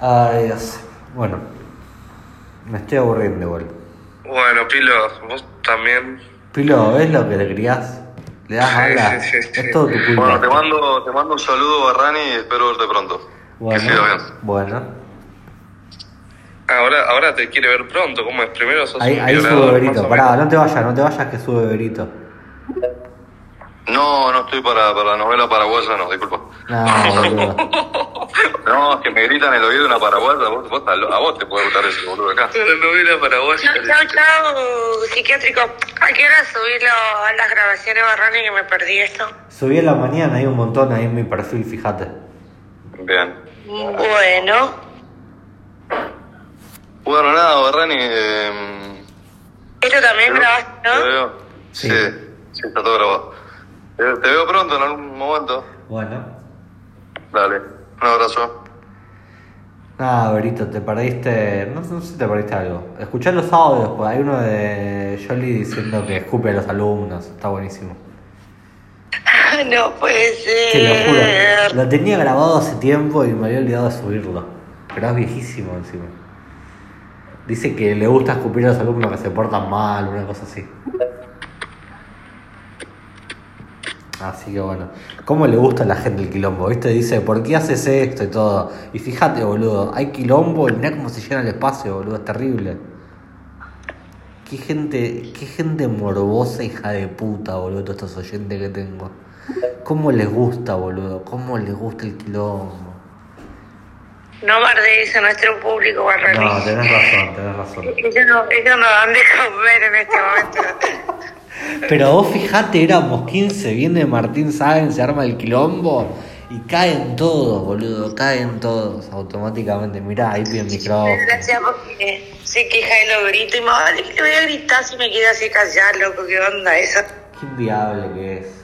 A: Ay, Dios. Bueno. Me estoy aburriendo, boludo.
F: Bueno, Pilo, vos también.
A: Pilo, ¿ves lo que le criás? Le das alas.
F: sí, sí, sí.
A: Es todo tu culpa.
D: Bueno, te mando, te mando un saludo, Barrani, y espero verte pronto.
A: Bueno,
D: Que siga bien.
A: bueno.
F: Ahora, ahora te quiere ver pronto, ¿cómo es? Primero sos
A: Ahí,
F: un
A: ahí
F: violador,
A: sube
F: más
A: Berito.
F: o
A: Pará, no te vayas, no te vayas que sube Berito.
D: No, no estoy para, para la novela paraguaya, no, disculpa.
A: No, boludo.
D: No, es que me gritan en el oído una paraguaya, vos, vos estás lo- a vos te puede gustar eso, boludo, acá.
F: menos. No vi la paraguaya.
G: No, chao, chao, psiquiátrico. ¿A qué hora subí lo- a las grabaciones, Barrani, que me perdí esto?
A: Subí a la mañana, hay un montón ahí en mi perfil, fíjate.
D: Bien.
G: Bueno,
D: Bueno, nada, Barrani, eh,
G: esto también
D: te
G: grabaste,
D: te
G: ¿no?
D: veo. Sí.
A: Sí.
D: sí, está todo grabado. Eh, Te, te veo pronto en algún momento.
A: Bueno.
D: Dale, un abrazo.
A: Nada, Ah, Berito, te perdiste. No, no sé si te perdiste algo. Escuchá los audios, pues hay uno de Jolly diciendo que escupe a los alumnos. Está buenísimo. eh,
G: No puede
A: Te lo
G: ser.
A: juro. Lo tenía grabado hace tiempo y me había olvidado de subirlo. Pero es viejísimo encima. Dice que le gusta escupir a los alumnos que se portan mal, una cosa así. Así que bueno, ¿cómo le gusta a la gente el quilombo? ¿Viste? Dice, ¿por qué haces esto y todo? Y fíjate, boludo, hay quilombo y mirá cómo se llena el espacio, boludo, es terrible. Qué gente, qué gente morbosa, hija de puta, boludo, todos estos oyentes que tengo. ¿Cómo les gusta, boludo? ¿Cómo les gusta el quilombo?
G: No bardeis a nuestro público, Barrani.
A: No, tenés razón, tenés razón.
G: Ellos no, ellos no dan de comer en este momento.
A: Pero vos fijate, éramos 15, viene Martín Saben, se arma el quilombo y caen todos, boludo, caen todos automáticamente. Mirá, ahí pide el micrófono.
G: Gracias porque se queja de los gritos y más vale que le voy a gritar si me queda así callado, loco, ¿qué onda eso?
A: Qué diable que
G: Eh,
A: es.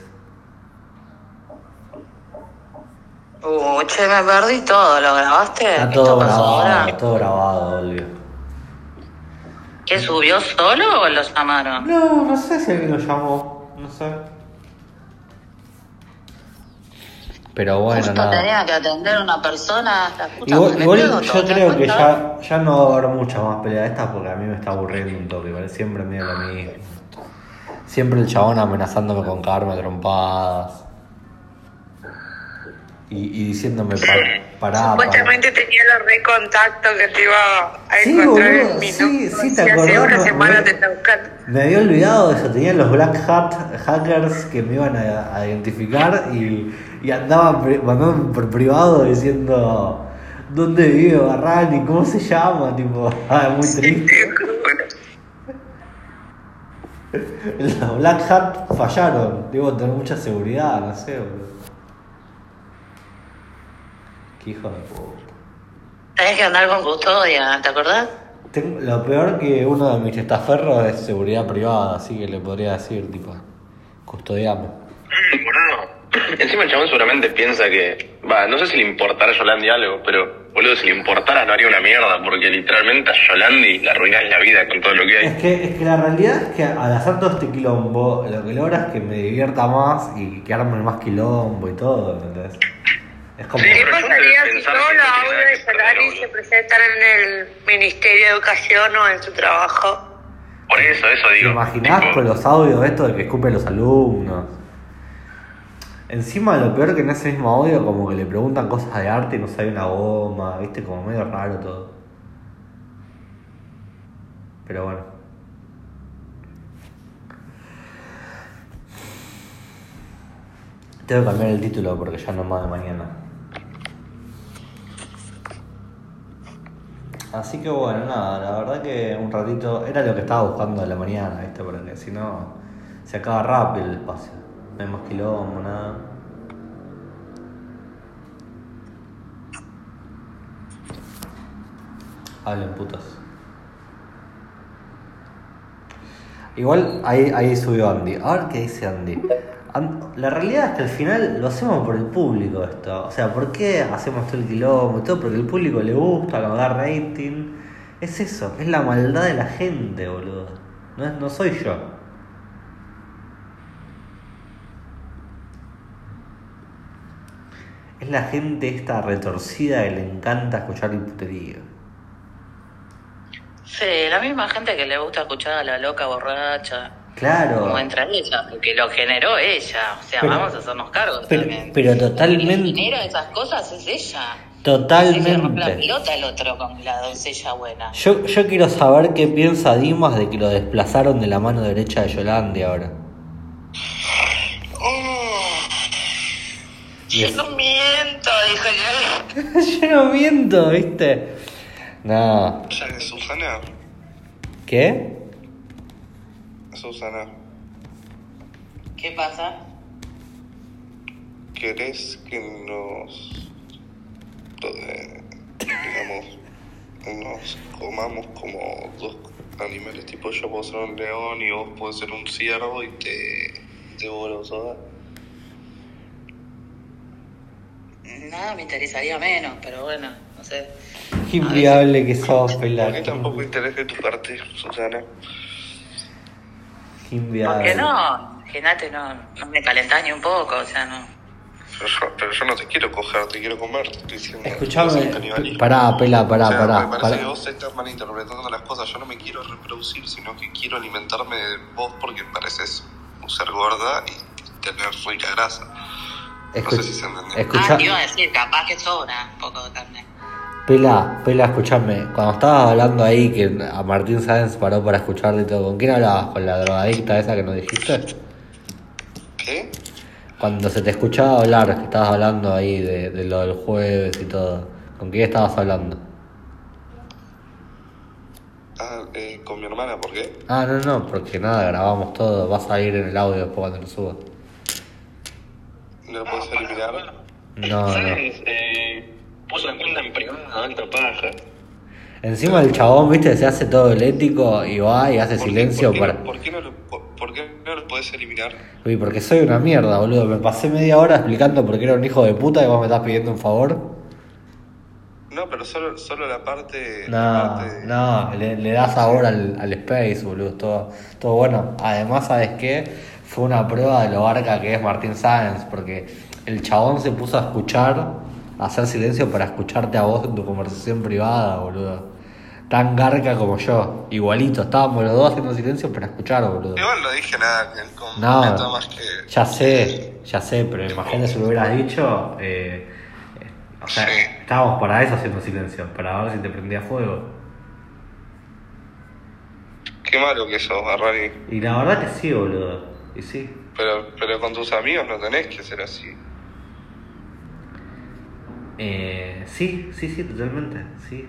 G: Uh, che, me perdí todo, ¿lo grabaste?
A: Está
G: ¿Esto
A: todo
G: pasó
A: grabado,
G: ahora?
A: todo grabado, obvio.
G: ¿Qué subió solo o los llamaron?
A: No, no sé si alguien lo llamó, no sé. Pero bueno,
G: Justo
A: nada.
G: tenía que atender a una persona. La puta,
A: Igual,
G: me
A: igual
G: pego todo,
A: yo
G: ¿te
A: creo
G: das
A: que
G: cuenta?
A: ya, Ah, ya no va a haber muchas más peleas de estas porque a mí me está aburriendo un toque, ¿vale? Siempre medio lo mismo. Siempre el chabón amenazándome con cagarme a trompadas. Y, y diciéndome pa- pará, pará.
G: Supuestamente tenía los recontactos que te iba a
A: Sí,
G: encontrar
A: boludo,
G: en mi
A: sí,
G: número.
A: sí, te
G: Si
A: acordás,
G: Hace una
A: me-
G: semana
A: me-
G: te está buscando.
A: Me había olvidado de eso, tenían los Black Hat hackers que me iban a, a identificar y, y andaban pri- mandaban por privado diciendo dónde vive Barrani, cómo se llama, tipo, ah, muy triste. Los Black Hat fallaron, debo tener mucha seguridad, no sé, boludo. Qué hijo de puta.
G: Tenés que andar con custodia, ¿te acordás?
A: Tengo- lo peor que uno de mis testaferros es seguridad privada, así que le podría decir, tipo, custodiame.
B: Boludo. Encima el chabón seguramente piensa que. Va, no sé si le importará a Yolandi algo, pero boludo, si le importara no haría una mierda, porque literalmente a Yolandi le arruinás la vida con todo lo que
A: Es
B: hay.
A: que, es que la realidad es que al hacer todo este quilombo, lo que logra es que me divierta más y que arme más quilombo y todo, ¿entendés? Es como.
B: Sí,
G: ¿Qué
B: pero yo
G: pasaría
B: debo
G: si
B: pensar
G: todos
B: que
G: los
B: no tiene nada
G: audios
B: que
G: de Solari
B: ver,
G: se presentan en el Ministerio de Educación o en su trabajo?
B: Por eso, eso
A: ¿Te
B: digo.
A: imaginás
B: Tipo,
A: con los audios esto de que escupen los alumnos? Encima, lo peor que en ese mismo audio, como que le preguntan cosas de arte y no sabe una goma, ¿viste? Como medio raro todo. Pero bueno. Tengo que cambiar el título porque ya no es más de mañana. Así que bueno, nada, la verdad que un ratito era lo que estaba buscando de la mañana, ¿viste? Porque si no, se acaba rápido el espacio. No hay más quilombo, nada. Hablen putos. Igual ahí, ahí subió Andy. Ahora qué dice Andy. An- La realidad es que al final lo hacemos por el público esto. O sea, ¿por qué hacemos todo el quilombo y todo? Porque el público le gusta, nos da rating. Es eso, es la maldad de la gente, boludo. No, es- no soy yo. Es la gente esta retorcida que le encanta escuchar el puterío.
H: Sí, la misma gente que le gusta escuchar a la loca borracha.
A: Claro.
H: Como entra ella, porque lo generó ella. O sea,
A: Pero-
H: vamos a hacernos cargo
A: pero-
H: también.
A: pero
H: El
A: totalmente.
H: que genera esas cosas es ella. Se rompe la
A: Totalmente.
H: pelota el otro con la doncella buena.
A: Yo, yo quiero saber qué piensa Dimas de que lo desplazaron de la mano derecha de Yolande ahora.
C: Oh.
G: Yo no miento, dijo yo.
A: yo no miento, ¿viste? No.
C: Eh, Susana.
A: ¿Qué?
C: Susana.
H: ¿Qué pasa?
C: ¿Querés que nos. eh, digamos. nos comamos como dos animales? Tipo, yo puedo ser un león y vos puedes ser un ciervo y te. te vuelvo soda.
H: Nada, me interesaría menos, pero bueno, no sé.
A: Qué inviable que sos,
C: ¿Por
A: Pilar.
C: qué tampoco interés de tu parte, Susana?
A: Qué
H: ¿Por
A: inviable.
H: qué no? Imagínate, no, no me calentás ni un poco, o sea, no.
C: Pero yo, pero yo no te quiero coger, te quiero comer, te estoy diciendo.
A: Escuchame.
C: Es un canibalismo.
A: Pará, Pela,
C: O
A: pará,
C: sea,
A: pará.
C: me parece
A: pará.
C: que vos estás malinterpretando las cosas. Yo no me quiero reproducir, sino que quiero alimentarme de vos porque pareces ser gorda y tener rica grasa.
A: Escu-
C: no sé si se entendió.
A: escucha-
H: Ah, te iba a decir, capaz que sobra un poco de carne.
A: Pela, Pela, escuchame. Cuando estabas hablando ahí que a Martín Sáenz paró para escucharte y todo, ¿con quién hablabas? ¿Con la drogadicta esa que nos dijiste?
C: ¿Qué?
A: Cuando se te escuchaba hablar, que estabas hablando ahí de, de lo del jueves y todo, ¿con quién estabas hablando?
C: Ah, eh, con mi hermana, ¿por qué?
A: Ah, no, no, porque nada, grabamos todo, va a salir en el audio después cuando lo suba.
C: ¿No lo puedes eliminar?
A: No, no.
B: Eh, puso la cuenta en privado, alta paja.
A: Encima el chabón, viste, se hace todo el ético y va y hace
C: ¿Por qué-
A: silencio
C: por qué,
A: para...
C: no- ¿Por qué no lo, por, por qué no lo puedes eliminar?
A: Uy, porque soy una mierda, boludo. Me pasé media hora explicando por qué era un hijo de puta y vos me estás pidiendo un favor.
C: No, pero solo, solo la parte. la
A: No,
C: parte-
A: no, le, le das sabor al, al Space, boludo. Todo, todo bueno. Además, ¿sabes qué? Fue una prueba de lo barca que es Martín Sáenz, porque el chabón se puso a escuchar, a hacer silencio para escucharte a vos en tu conversación privada, boludo. Tan garca como yo, igualito. Estábamos los dos haciendo silencio para escuchar, boludo.
C: Igual no dije nada que el complemento
A: No,
C: más que.
A: ya sé, ya sé, pero imagínate si lo hubieras dicho. eh, eh, o sea,
C: Sí.
A: estábamos para eso haciendo silencio, para ver si te prendía fuego.
C: Qué malo que sos, Barrani.
A: Y la verdad que sí, boludo. Y sí.
C: Pero, pero con tus amigos no tenés que ser así.
A: Eh, sí, sí, sí, totalmente. Sí.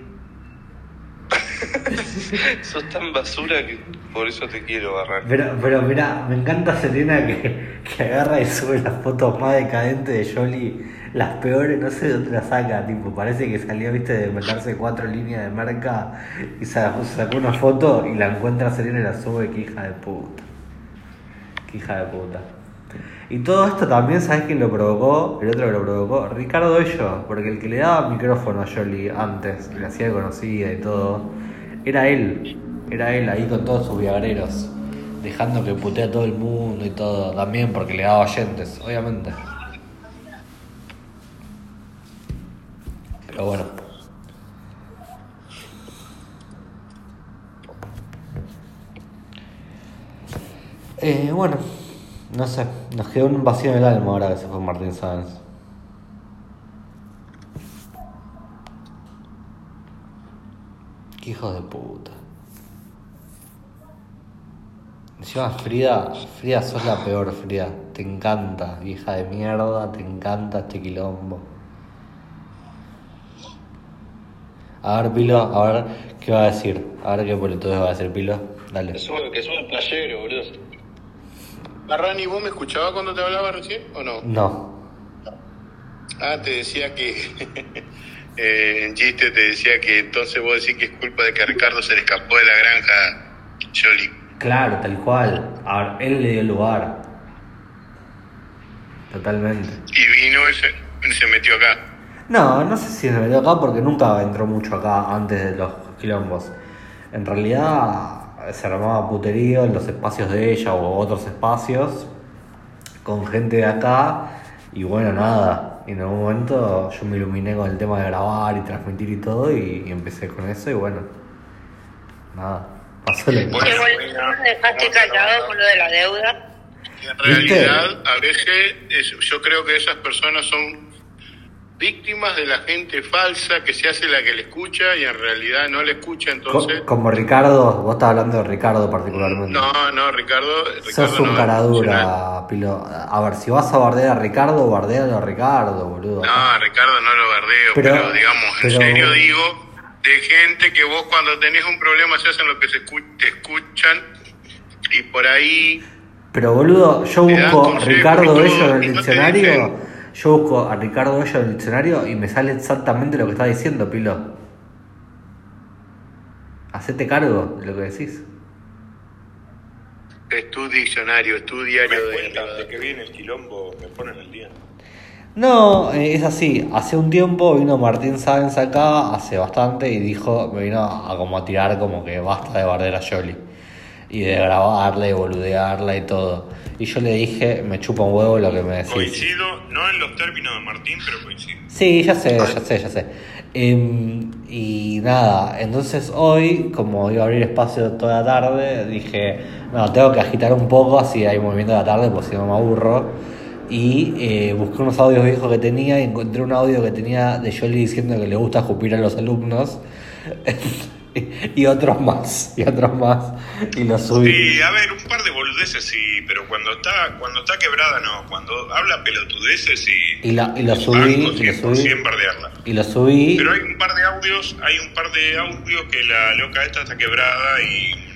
C: Sos tan basura que por eso te quiero, Barrani.
A: Pero, pero mira, me encanta Selena que, que agarra y sube las fotos más decadentes de Jolie, las peores, no sé de dónde las saca, tipo, parece que salió, viste, de meterse cuatro líneas de marca y sa- sacó una foto y la encuentra Selena y la sube, que hija de puta. Qué hija de puta. Y todo esto también, ¿sabes quién lo provocó? El otro que lo provocó, Ricardo Ello, porque el que le daba micrófono a Jolie antes, que la hacía conocida y todo, era él. Era él ahí con todos sus viagreros, dejando que putea a todo el mundo y todo, también porque le daba oyentes, obviamente. Pero bueno. Eh, bueno, no sé, nos quedó un vacío en el alma ahora que se fue Martín Sáenz. Qué hijo de puta. Encima Frida, Frida sos la peor, Frida. Te encanta, vieja de mierda, te encanta este quilombo. A ver, Pilo, a ver qué va a decir. A ver qué todo va a decir, Pilo. Dale.
B: Que sube, que sube el playero, boludo.
I: Barrani, ¿vos me escuchabas cuando te hablaba recién o no?
A: No.
I: Ah, te decía que. eh, en chiste te decía que entonces vos decís que es culpa de que a Ricardo se le escapó de la granja, Yoli.
A: Claro, tal cual. Ahora, él le dio lugar. Totalmente.
F: Y vino y se, y se metió acá.
A: No, no sé si se metió acá porque nunca entró mucho acá antes de los quilombos. En realidad se armaba puterío en los espacios de ella o otros espacios con gente de acá y bueno, nada. Y en algún momento yo me iluminé con el tema de grabar y transmitir y todo y, y empecé con eso y bueno, nada. Pasó lo que
G: Che,
A: pasó.
G: boludo, ¿no dejaste callado con lo de la deuda?
I: Y en
A: ¿Viste?
I: realidad, a veces, es- yo creo que esas personas son víctimas de la gente falsa que se hace la que le escucha y en realidad no le escucha,
A: Co-
I: entonces...
A: Como Ricardo, vos estabas hablando de Ricardo particularmente.
I: No, no, Ricardo... Ricardo
A: Sos un
I: no,
A: caradura, Pilo. A ver, si vas a bardear a Ricardo, bardealo a Ricardo, boludo.
I: No, Ricardo, no lo bardeo,
A: Pero-
I: pero, digamos,
A: pero-
I: en serio digo, de gente que vos cuando tenés un problema se hacen lo que se escu- te escuchan y por ahí...
A: Pero boludo, yo
I: Te dan
A: busco
I: consejos y
A: Ricardo
I: todo,
A: Bello en
I: y
A: el
I: no te
A: diccionario.
I: dicen.
A: Yo busco a Ricardo Bello en el diccionario y me sale exactamente lo que está diciendo, Pilo. Hacete cargo de lo que decís.
I: Es tu diccionario, es tu diario
F: Me
I: de...
F: cuentan de que viene el quilombo, me ponen el día.
A: No, eh, es así. Hace un tiempo vino Martín Sáenz acá, hace bastante, y dijo, me vino a como a tirar como que basta de barder a Yoli. Y de grabarla y boludearla y todo. Y yo le dije, me chupa un huevo lo que me decís.
F: Coincido, no en los términos de Martín, pero coincido.
A: Sí, ya sé, ya sé, ya sé. Em, y nada, entonces hoy, como iba a abrir espacio toda la tarde, dije, no, tengo que agitar un poco, así hay movimiento de la tarde, porque si no me aburro. Y eh, busqué unos audios viejos que tenía y encontré un audio que tenía de Jolie diciendo que le gusta escupir a los alumnos. y otros más, y otros más. Y los subí.
F: Sí, a ver, un par de boludeces sí, pero cuando está, cuando está quebrada no, cuando habla pelotudeces y...
A: Y, la- y los subí,
F: banco
A: y los
F: 100%
A: subí.
F: bardearla.
A: Y los subí.
F: Pero hay un par de audios, hay un par de audios que la loca esta está quebrada y...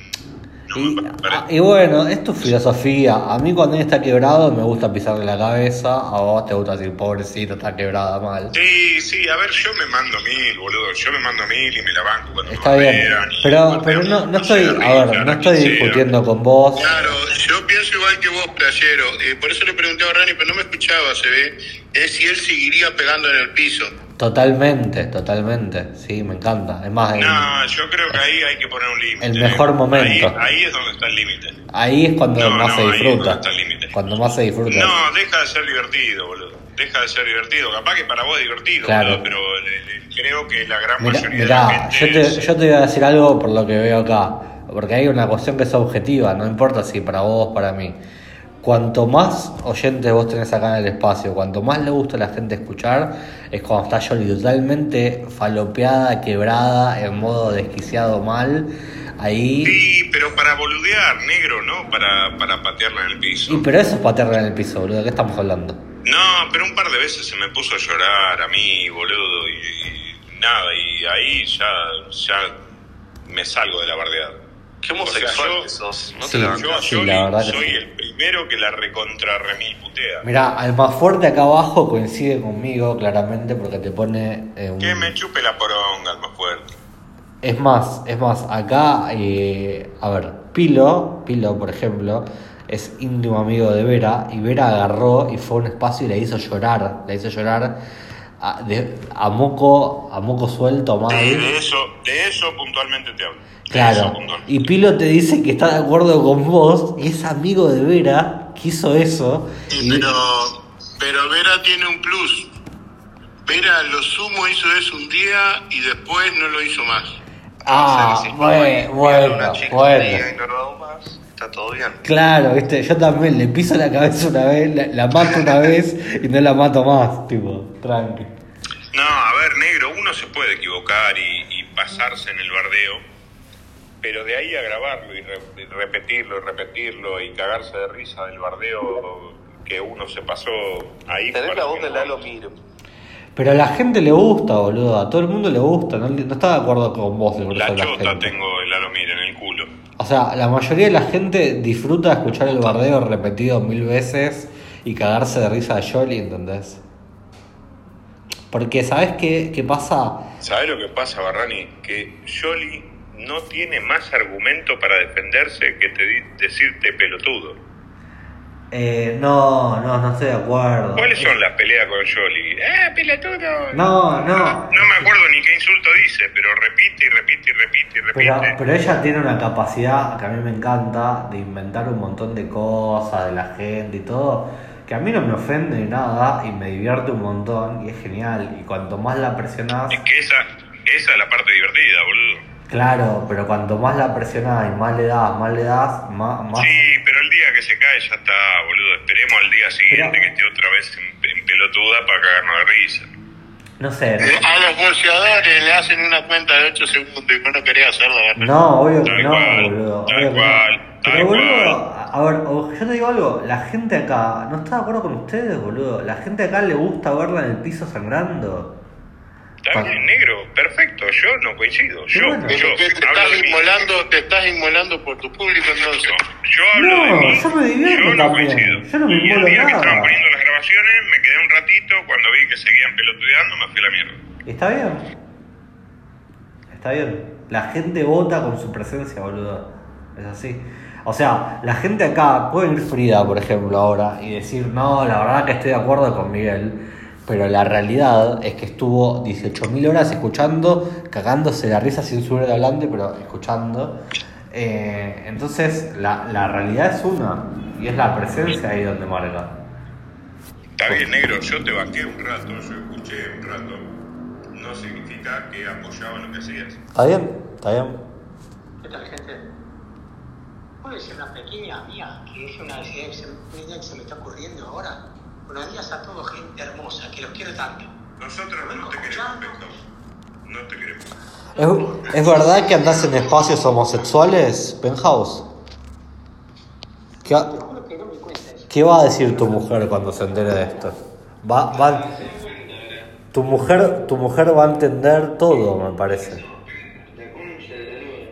F: No
A: Y,
F: me
A: ah,
F: parece.
A: y bueno, es tu filosofía. A mí cuando él está quebrado me gusta pisarle la cabeza, a vos te gusta decir pobrecito, está quebrada mal.
F: Sí, sí, a ver, yo me mando mil, boludo, yo me mando mil y me la banco cuando
A: Está
F: me
A: bien,
F: bardean y-
A: pero, pero no, no estoy,
F: sé,
A: a ver,
F: risa,
A: no estoy
F: sé,
A: discutiendo con vos.
I: Claro, yo pienso igual que vos, playero. eh, por eso le pregunté a Rani, pero no me escuchaba, se ve. Es si él seguiría pegando en el piso.
A: Totalmente, totalmente. Sí, me encanta. Es más, en-
F: No, yo creo que ahí hay que poner un límite.
A: El mejor momento.
F: Ahí, ahí es donde está el límite.
A: ahí es cuando
F: No,
A: más
F: no,
A: se
F: ahí es donde
A: disfruta.
F: está el límite.
A: Cuando más se disfruta.
F: No, deja de ser divertido, boludo. Deja de ser divertido. Capaz que para vos es divertido,
A: Claro.
F: boludo, pero le- le- creo que la gran
A: Mirá,
F: mayoría
A: mirá,
F: de la gente...
A: yo, te,
F: es-
A: yo te voy a decir algo por lo que veo acá, porque hay una cuestión que es objetiva, no importa si para vos o para mí. Cuanto más oyentes vos tenés acá en el espacio, cuanto más le gusta a la gente escuchar, es cuando está Yoli totalmente falopeada, quebrada, en modo desquiciado mal, ahí...
F: Sí, pero para boludear, negro, ¿no? Para, para patearla en el piso.
A: Y pero eso es paterna en el piso, boludo, ¿de qué estamos hablando?
F: No, pero un par de veces se me puso a llorar a mí, boludo, y, y nada, y ahí ya, ya me salgo de la bardeada.
D: Qué homosexual
F: O sea, yo-
D: que sos. No
A: Sí.
D: te la
F: Yo a
A: Sí,
F: Yoli
A: la verdad que
F: soy
A: sí.
F: el primero que la recontra remil putea.
A: Mirá, al más fuerte acá abajo coincide conmigo claramente porque te pone... eh, un...
F: Que me chupe la poronga al más fuerte.
A: Es más, es más, acá, eh, a ver, Pilo, Pilo por ejemplo, es íntimo amigo de Vera y Vera agarró y fue a un espacio y la hizo llorar, la hizo llorar a, de- a moco, a moco suelto mal.
F: De, de eso, de eso puntualmente te hablo. De eso
A: Claro.
F: puntualmente.
A: Y Pilo te dice que está de acuerdo con vos y es amigo de Vera que hizo eso.
I: Y pero, pero Vera tiene un plus. Vera lo sumo hizo eso un día y después no lo hizo más.
A: ah,
D: Sí, sí, sí.
A: bueno, bueno,
D: Una chica que
A: bueno.
D: diga, "Ay, no lo hago más, Está todo bien.
A: Claro, viste, yo también le piso la cabeza una vez, la, la mato una vez y no la mato más, tipo, tranqui.
F: No, a ver, negro, uno se puede equivocar y, y pasarse en el bardeo, pero de ahí a grabarlo y, re- y repetirlo y repetirlo y cagarse de risa del bardeo que uno se pasó ahí.
D: Tenés la voz de
F: del
D: Lalo Miro.
A: Pero a la gente le gusta, boludo, a todo el mundo le gusta, no, no está de acuerdo con vos, el grueso
F: La
A: de la
F: chota
A: gente.
F: tengo el Lalo Mir en el culo.
A: O sea, la mayoría de la gente disfruta escuchar el bardeo repetido mil veces y cagarse de risa de Jolly, ¿entendés? Porque, ¿sabés qué, qué pasa?
F: ¿Sabés lo que pasa, Barrani? Que Yoli no tiene más argumento para defenderse que te di- decirte pelotudo.
A: Eh, no, no, no estoy de acuerdo.
F: ¿Cuáles son las peleas con Jolly? ¡Eh, pelotudo!
A: No, no.
F: No me acuerdo ni qué insulto dice, pero repite y repite y repite y
A: Pero,
F: repite.
A: pero ella tiene una capacidad que a mí me encanta de inventar un montón de cosas de la gente y todo, que a mí no me ofende ni nada y me divierte un montón y es genial. Y cuanto más la presionás,
F: Es que esa, esa es la parte divertida, boludo.
A: claro, pero cuanto más la presionás y más le das, más le das, más... más...
F: Sí, pero el día que se cae ya está, boludo. Esperemos al día siguiente
A: Pero-
F: que esté otra vez en, en pelotuda para cagarnos de risa.
A: No sé.
I: Eh, A los boxeadores le hacen una cuenta de 8 segundos y vos no querés hacerla, ¿verdad?
A: No, obvio que
F: Tal
A: no,
F: cual,
A: boludo.
F: tal
A: obvio que no.
F: cual, tal
A: Pero, boludo,
F: cual.
A: a a ver, o- yo te digo algo, la gente acá no está de acuerdo con ustedes, boludo. La gente acá le gusta verla en el piso sangrando.
F: ¿Está
A: Bueno.
F: bien, negro? Perfecto, yo no coincido. Yo,
A: bueno.
F: yo,
I: Pero que te
F: hablo
I: estás
F: de mí.
I: inmolando, te estás inmolando por tu público entonces.
F: Yo, yo hablo
A: No,
F: de mí.
A: yo me divierto
F: Yo no
A: también.
F: coincido.
A: Yo no me
F: y el
A: inmolo
F: día que
A: nada.
F: estaban poniendo las grabaciones, me quedé un ratito. Cuando vi que seguían pelotudeando, me fui a la mierda.
A: ¿Está bien? Está bien. La gente vota con su presencia, boludo. Es así. O sea, la gente acá puede ir Frida, por ejemplo, ahora y decir, no, la verdad que estoy de acuerdo con Miguel. Pero la realidad es que estuvo 18.000 horas escuchando, cagándose la risa sin subir de hablante, pero escuchando. Eh, entonces, la, la realidad es una. Y es la presencia ahí donde marca.
F: Está bien, negro, yo te banqué un rato, yo escuché un rato. No significa que apoyaba lo que hacías.
A: ¿Está bien? ¿Está bien?
J: ¿Qué tal, gente? Puede ser una pequeña mía, que es una idea que se, una idea que se me está ocurriendo ahora. Buenos días a todos, gente hermosa, que los quiero tanto.
F: Nosotros no te queremos, Beto. No te queremos.
A: ¿Es, es verdad que andás en espacios homosexuales, Penthouse? ¿Qué,
J: Te
A: va-
J: juro que no me cuenta eso.
A: qué va a decir tu mujer cuando se entere de esto? Va, va- tu, mujer, tu mujer va a entender todo, me parece.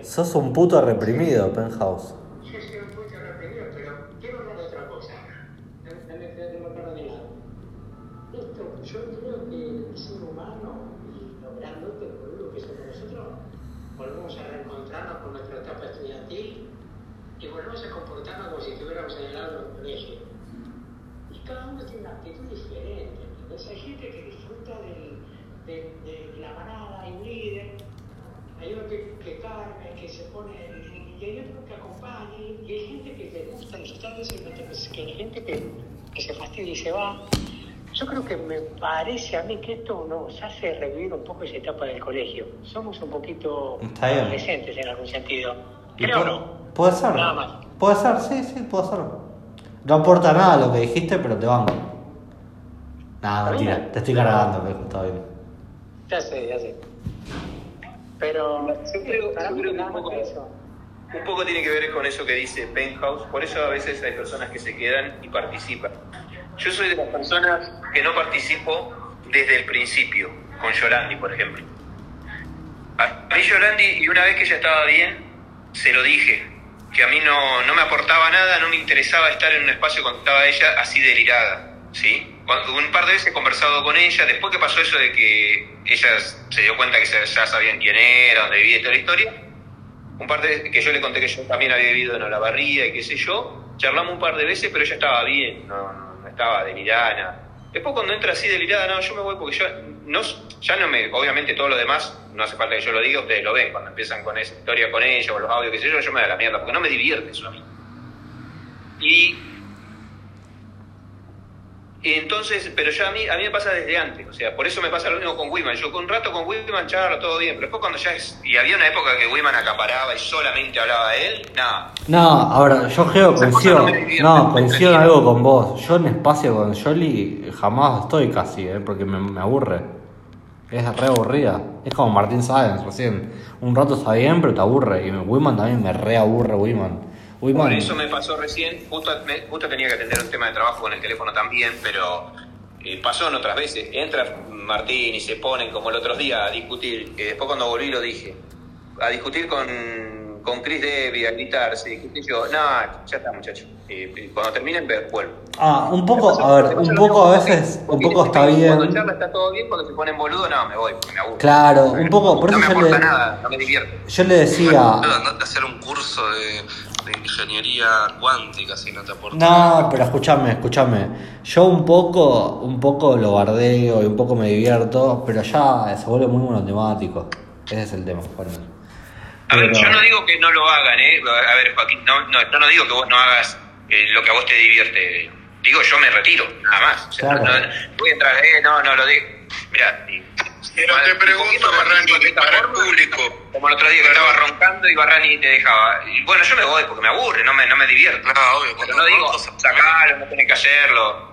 A: Sos un puto reprimido, Penthouse.
J: Yo soy un poco arrepentido, pero quiero hablar de otra cosa. No no me no me acuerdo de nada. Esto, yo creo que el ser humano y los grandotes, boludo, que somos nosotros, volvemos a reencontrarnos con nuestra etapa estudiantil y volvemos a comportarnos como si estuviéramos en el lado del colegio. Y cada uno tiene una actitud diferente. ¿entendés? Hay gente que disfruta del, de, de la manada, hay un líder, hay otro que, que carga, que se pone, y hay otro que acompaña, y hay gente que le gusta disfrutar de eso, y gente que- que hay gente que, que se fastidia y se va. Yo creo que me parece a mí que esto nos hace revivir un poco esa etapa del colegio. Somos un poquito
A: Está bien.
J: adolescentes en algún sentido.
A: Y
J: Creo
A: pu-
J: no.
A: Puede ser.
J: Nada más.
A: Puede ser, sí, sí, puede ser. No aporta nada lo que dijiste, pero te banco. Nada, mentira. Te estoy cargando, Penhouse, está bien.
J: Ya sé, ya sé. Pero
K: Yo creo, yo creo que un poco, un poco tiene que ver con eso que dice Penthouse, por eso a veces hay personas que se quedan y participan. Yo soy de las personas que no participo desde el principio, con Yolandi, por ejemplo. A a mí Yolandi, y una vez que ella estaba bien, se lo dije, que a mí no, no me aportaba nada, no me interesaba estar en un espacio cuando estaba ella así delirada, ¿sí? Cuando- un par de veces he conversado con ella, después que pasó eso de que ella se dio cuenta que se- ya sabían quién era, dónde vivía y toda la historia, un par de veces que yo le conté que yo también había vivido en Olavarría y qué sé yo, charlamos un par de veces, pero ella estaba bien, no, no, no estaba delirada. nada. Después cuando entra así delirada, no, yo me voy porque yo no, ya no me, obviamente todo lo demás, no hace falta que yo lo diga, ustedes lo ven, cuando empiezan con esa historia con ella o los audios, qué sé yo, yo me da la mierda, porque no me divierte eso a mí. Y y Entonces, pero ya a mí, a mí me pasa desde antes, o sea, por eso me pasa lo mismo con Wiman. Yo con un rato con Wiman charlo todo bien, pero después cuando ya es. Y había una época que Wiman acaparaba y solamente hablaba de él, nada.
A: No, ahora, yo creo,
K: Esas
A: coincido,
K: cosas no me divierten,
A: no,
K: me
A: coincido en
K: entretienen.
A: algo con vos. Yo en espacio con Jolly jamás estoy casi, eh, porque me, me aburre. Es re aburrida. Es como Martín Sáenz recién. Un rato está bien, pero te aburre. Y Wiman también me re aburre, Wiman. Wiman.
K: Por eso me pasó recién, justo, me- justo tenía que atender un tema de trabajo con el teléfono también, pero eh, pasó en otras veces. Entra Martín y se ponen como el otro día a discutir, que después cuando volví lo dije, a discutir con, con Chris Debbie a gritarse, qué sé yo. No, ya está, muchacho. Eh, eh, cuando terminen, ver, vuelvo.
A: Ah, un poco, a ver, un poco a veces, un poco está
K: este Cuando
A: bien.
K: charla está todo bien, cuando se ponen boludo, no, me voy, porque me aburro.
A: Claro, un poco, por
K: no
A: eso
K: me
A: yo
K: aporta
A: le,
K: nada, no me divierto.
A: yo le decía,
C: Boludo, andate a hacer un curso de, de ingeniería cuántica si no te aporta.
A: No, pero escúchame, escúchame. Yo un poco, un poco lo bardeo y un poco me divierto, pero ya se vuelve muy monotemático. Ese es el tema para mí.
K: A ver, yo no digo que no lo hagan, ¿eh? A ver, Joaquín, no, no, yo no digo que vos no hagas eh, lo que a vos te divierte. Digo, yo me retiro, nada más. O sea,
A: Claro.
K: no, no- voy a entrar, eh, no, no lo digo. Mirá, y-
I: Pero te pregunto, Barrani, para el público.
K: como el otro día que estaba roncando y Barrani te dejaba. Y bueno, yo me voy porque me aburre, no me, no me divierto.
C: No, obvio,
K: Pero no digo, sacalo, no tenés que hacerlo.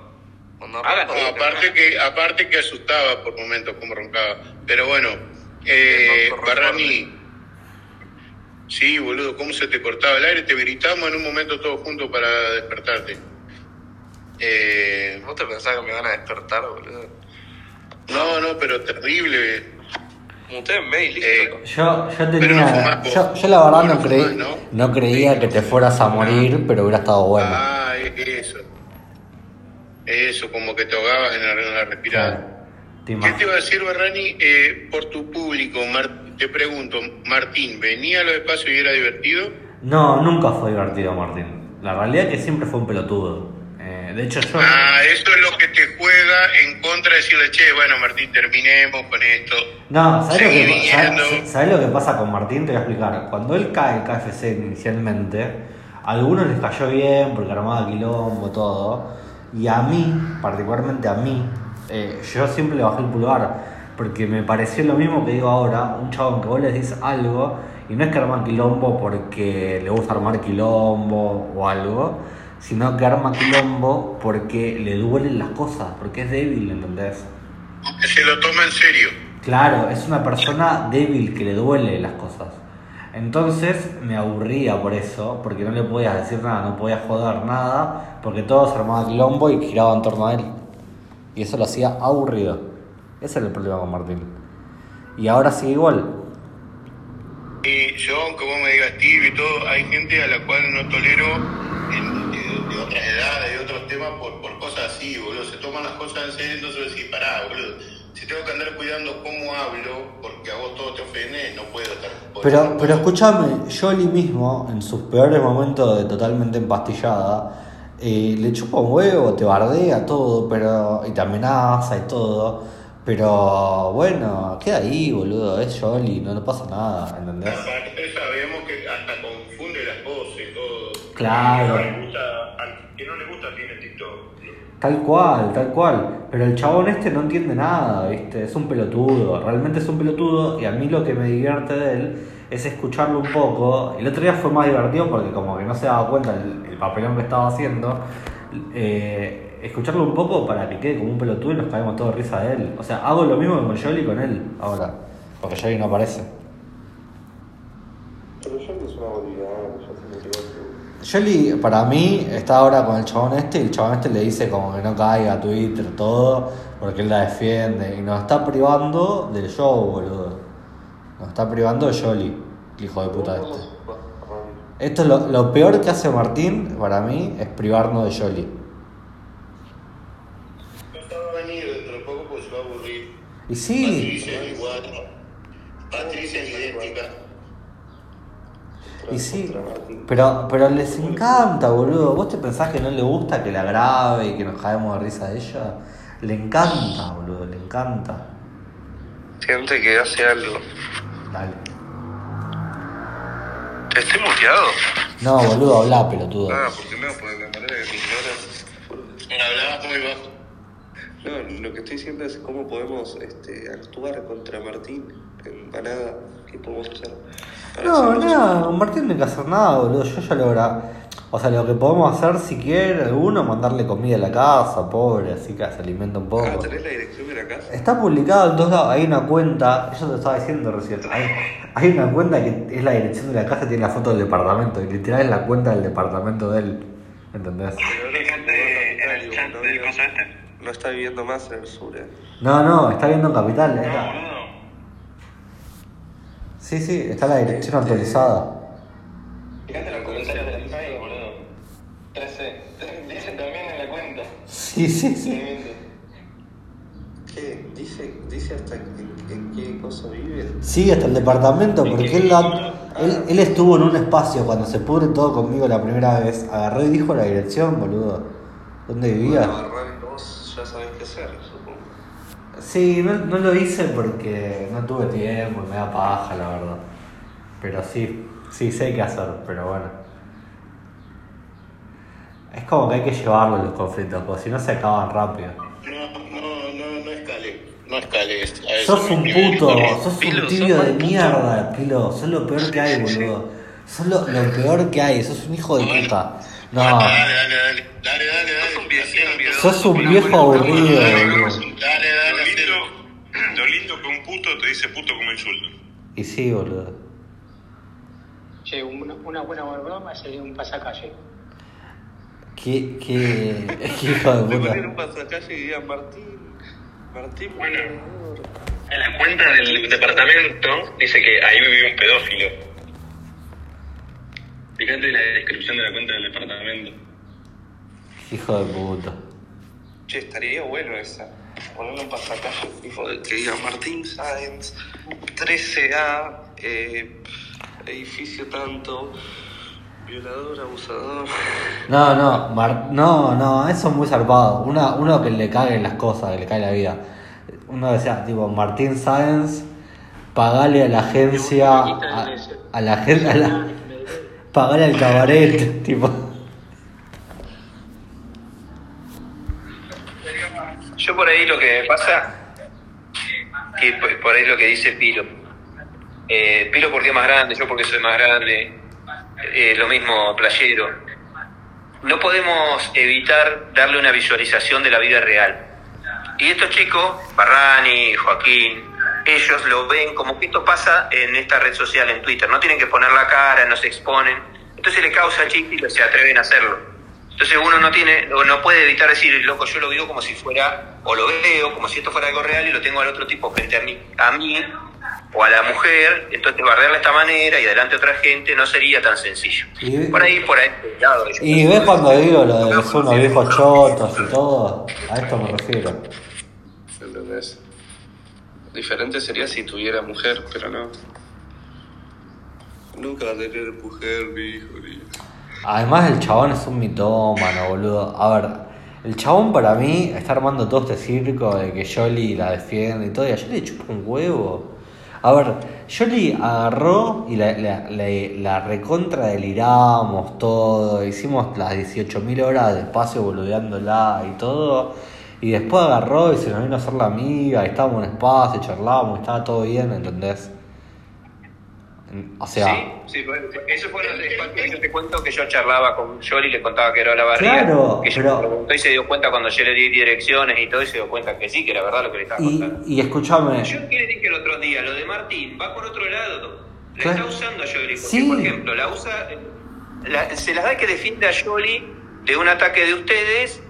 C: Cuando
D: Ah,
K: Hagan.
I: No, aparte que, aparte que asustaba por momentos como roncaba. Pero bueno, eh,
C: El doctor
I: Barrani. Sí, boludo, cómo se te cortaba el aire. Te gritamos en un momento todos juntos para despertarte. Eh,
C: ¿Vos te pensás que me van a despertar, boludo?
I: no, no, pero terrible.
C: Mutéenme y listo.
I: Eh,
A: Yo, yo
I: Pero no
A: tenía,
I: fumás vos.
A: yo, yo la verdad no
I: No
A: creí,
I: fumás, ¿no?
A: no creía que te fueras a morir, pero hubiera estado bueno.
I: Ah, eso. Eso, como que te ahogabas en la, en la respirada.
A: Te
I: ¿Qué te
A: imagino.
I: iba a decir, Barrani? Eh, por tu público, Mar- te pregunto, Martín, ¿venía a los espacios y era divertido?
A: No, nunca fue divertido, Martín. La realidad es que siempre fue un pelotudo. Eh, de hecho, yo.
I: Ah, eso es lo que te juega en contra de decirle, che, bueno, Martín, terminemos con esto.
A: No, ¿sabes lo,
I: Seguí
A: que, pa-
I: viendo.
A: sa- sabés lo que pasa con Martín? Te voy a explicar. Cuando él cae en KFC inicialmente, a algunos les cayó bien porque armaba quilombo, todo. Y a mí, particularmente a mí, eh, yo siempre le bajé el pulgar. Porque me pareció lo mismo que digo ahora, un chabón que vos le decís algo y no es que arma quilombo porque le gusta armar quilombo o algo, sino que arma quilombo porque le duelen las cosas, porque es débil, ¿entendés?
I: Que se lo toma en serio.
A: Claro, es una persona débil que le duele las cosas. Entonces me aburría por eso, porque no le podías decir nada, no podías joder nada, porque todo se armaba quilombo y giraba en torno a él. Y eso lo hacía aburrido. Ese era el problema con Martín. Y ahora sigue igual.
I: Y yo, aunque vos me digas tibio y todo, hay gente a la cual no tolero en- de, de otras edades, de otros temas, por, por cosas así, boludo. Se toman las cosas en serio, entonces decís, pará, boludo. Si tengo que andar cuidando cómo hablo, porque a vos todo te ofende, no puedo estar...
A: Pero, pero escúchame, Yoli mismo, en sus peores momentos de totalmente empastillada, eh, le chupa un huevo, te bardea todo, pero. y te amenaza y todo. Pero bueno, queda ahí, boludo, es Yoli, no le pasa nada, ¿entendés?
I: Aparte sabemos que hasta confunde las voces, todo.
A: Claro.
F: Al que no le gusta, al que no le gusta tiene TikTok.
A: Tal cual, tal cual. Pero el chabón este no entiende nada, ¿viste? Es un pelotudo, realmente es un pelotudo y a mí lo que me divierte de él es escucharlo un poco. El otro día fue más divertido porque como que no se daba cuenta el, el papelón que estaba haciendo. Eh, escucharlo un poco para que quede como un pelotudo y nos caemos todos de risa de él. O sea, hago lo mismo que con Jolly y con él ahora. Porque Jolly no aparece.
D: Pero yo es una bolivariana, yo se me
A: Jolly, para mí, está ahora con el chabón este y el chabón este le dice como que no caiga a Twitter, todo, porque él la defiende. Y nos está privando del show, boludo. Nos está privando de Jolly, el hijo de puta este. Esto es lo, lo peor que hace Martín, para mí, es privarnos de Jolly.
I: No va a venir dentro de poco porque se va a aburrir.
A: Y sí,
I: Patricia es igual. Patricia es idéntica.
A: y sí. Pero, pero les encanta, boludo. ¿Vos te pensás que no le gusta que la grabe y que nos caemos de risa de ella? Le encanta, boludo, le encanta.
C: Gente que hace algo.
A: Dale.
C: ¿Estoy muteado?
A: No, boludo, habla, pelotudo.
C: Ah, porque no, porque me manera que me ignoran.
I: Hablaba muy bajo.
D: No, lo que estoy diciendo es cómo podemos este, actuar contra Martín en Banada. ¿Qué podemos hacer? para
A: No,
D: hacer-
A: nada, con Martín no hay que hacer nada, boludo. Yo ya lo habrá. O sea, lo que podemos hacer, si quiere alguno, mandarle comida a la casa, pobre, así que se alimenta un
D: Ah,
A: poco.
D: ¿tenés la dirección de la casa?
A: Está publicado en todos lados, hay una cuenta, yo te estaba diciendo recién, hay, hay una cuenta que es la dirección de la casa, tiene la foto del departamento, y literal es la cuenta del departamento de él, ¿entendés?
K: eh, este.
D: No está viviendo más en el sur. eh.
A: No, no, está viendo en Capital, es la- Sí, sí, está la dirección actualizada.
K: tremenda.
A: Sí, sí, sí.
C: Tremenda. ¿Qué? Dice, dice hasta en, en qué cosa vive.
A: Sigue hasta el departamento porque él, la- él, él estuvo en un espacio cuando se pudre todo conmigo la primera vez. Agarró y dijo la dirección, boludo. ¿Dónde vivía?
C: Agarrar vos ya sabés qué hacer, supongo.
A: Sí, no, no lo hice porque no tuve tiempo, me da paja, la verdad. Pero sí, sí sé qué hacer, pero bueno. Es como que hay que llevarlo los conflictos, porque si no se acaban rápido.
I: No escales. a eso
A: Sos
I: me
A: un
I: escribí.
A: puto,
I: Corre.
A: sos
I: Pilo,
A: un tibio
I: sos
A: de
I: un puto.
A: mierda, Pilo. Sos lo peor que hay, boludo. Sos lo, lo peor que hay, sos un hijo de puta. No, sos un viejo aburrido, boludo.
F: Lo lindo, lo lindo que un puto te dice puto como insulto.
A: Y sí, boludo.
L: Che, una, una buena broma sería un pasacalle.
A: Qué, qué, qué hijo de
C: Le
A: puta.
C: ponen un pasacalle y digan Martín. Martín, bueno.
B: En la cuenta del departamento dice que ahí vivía un pedófilo. Fíjate la descripción de la cuenta del departamento.
A: Qué hijo de puta.
C: Che, estaría bueno esa. Ponerle un pasacalle tipo de- que diga Martín Sáenz, 13A, eh, edificio tanto, violador, abusador.
A: No, no, Mar- no, no, eso es muy zarpado. Una, uno que le caguen las cosas, que le cae la vida. Uno decía, tipo, Martín Sáenz, pagale a la agencia, a, a la agencia, pagale al cabaret, tipo.
K: Yo por ahí lo que me pasa, que pues, por por ahí lo que dice Pilo. Eh, Pilo porque es más grande, yo porque soy más grande, eh, lo mismo Playero. No podemos evitar darle una visualización de la vida real. Y estos chicos, Barrani, Joaquín, ellos lo ven como que esto pasa en esta red social, en Twitter. No tienen que poner la cara, no se exponen. Entonces le causa chiste y se atreven a hacerlo. Entonces uno no tiene, o no puede evitar decir, loco, yo lo veo como si fuera, o lo veo como si esto fuera algo real y lo tengo al otro tipo frente a mí, a mí o a la mujer, entonces bardearla de esta manera y adelante a otra gente no sería tan sencillo.
A: Y-
K: Por ahí, por ahí, por el lado de-
A: Y ves cuando digo lo de los unos viejos chotos y todo, a esto me refiero.
C: ¿Entendés? Diferente sería si tuviera mujer, pero no. Nunca va a tener mujer, mi hijo. ni-
A: Además el chabón es un mitómano, boludo. A ver, el chabón para mí está armando todo este circo de que Jolly la defiende y todo, y a Jolly le chupa un huevo. A ver, Jolly agarró y la, la, la- la recontra deliramos todo, hicimos las 18.000 horas de espacio boludeándola y todo, y después agarró y se nos vino a hacer la amiga, y estábamos en espacio, charlábamos, estaba todo bien, ¿entendés? O sea...
K: Sí, bueno, eso fue los espacios que te cuento que yo charlaba con Yoli y le contaba que era la barriga.
A: Claro,
K: que yo
A: pero-
K: le pregunté y se dio cuenta cuando yo le di direcciones y todo y se dio cuenta que sí, que era verdad lo que le estaba
A: Y,
K: contando.
A: y escúchame,
K: Yo que le dije el otro día, lo de Martín va por otro lado. La
A: Claro.
K: está usando a Yoli, porque
A: Sí.
K: por ejemplo, la usa, la- se las da que defiende a Yoli de un ataque de ustedes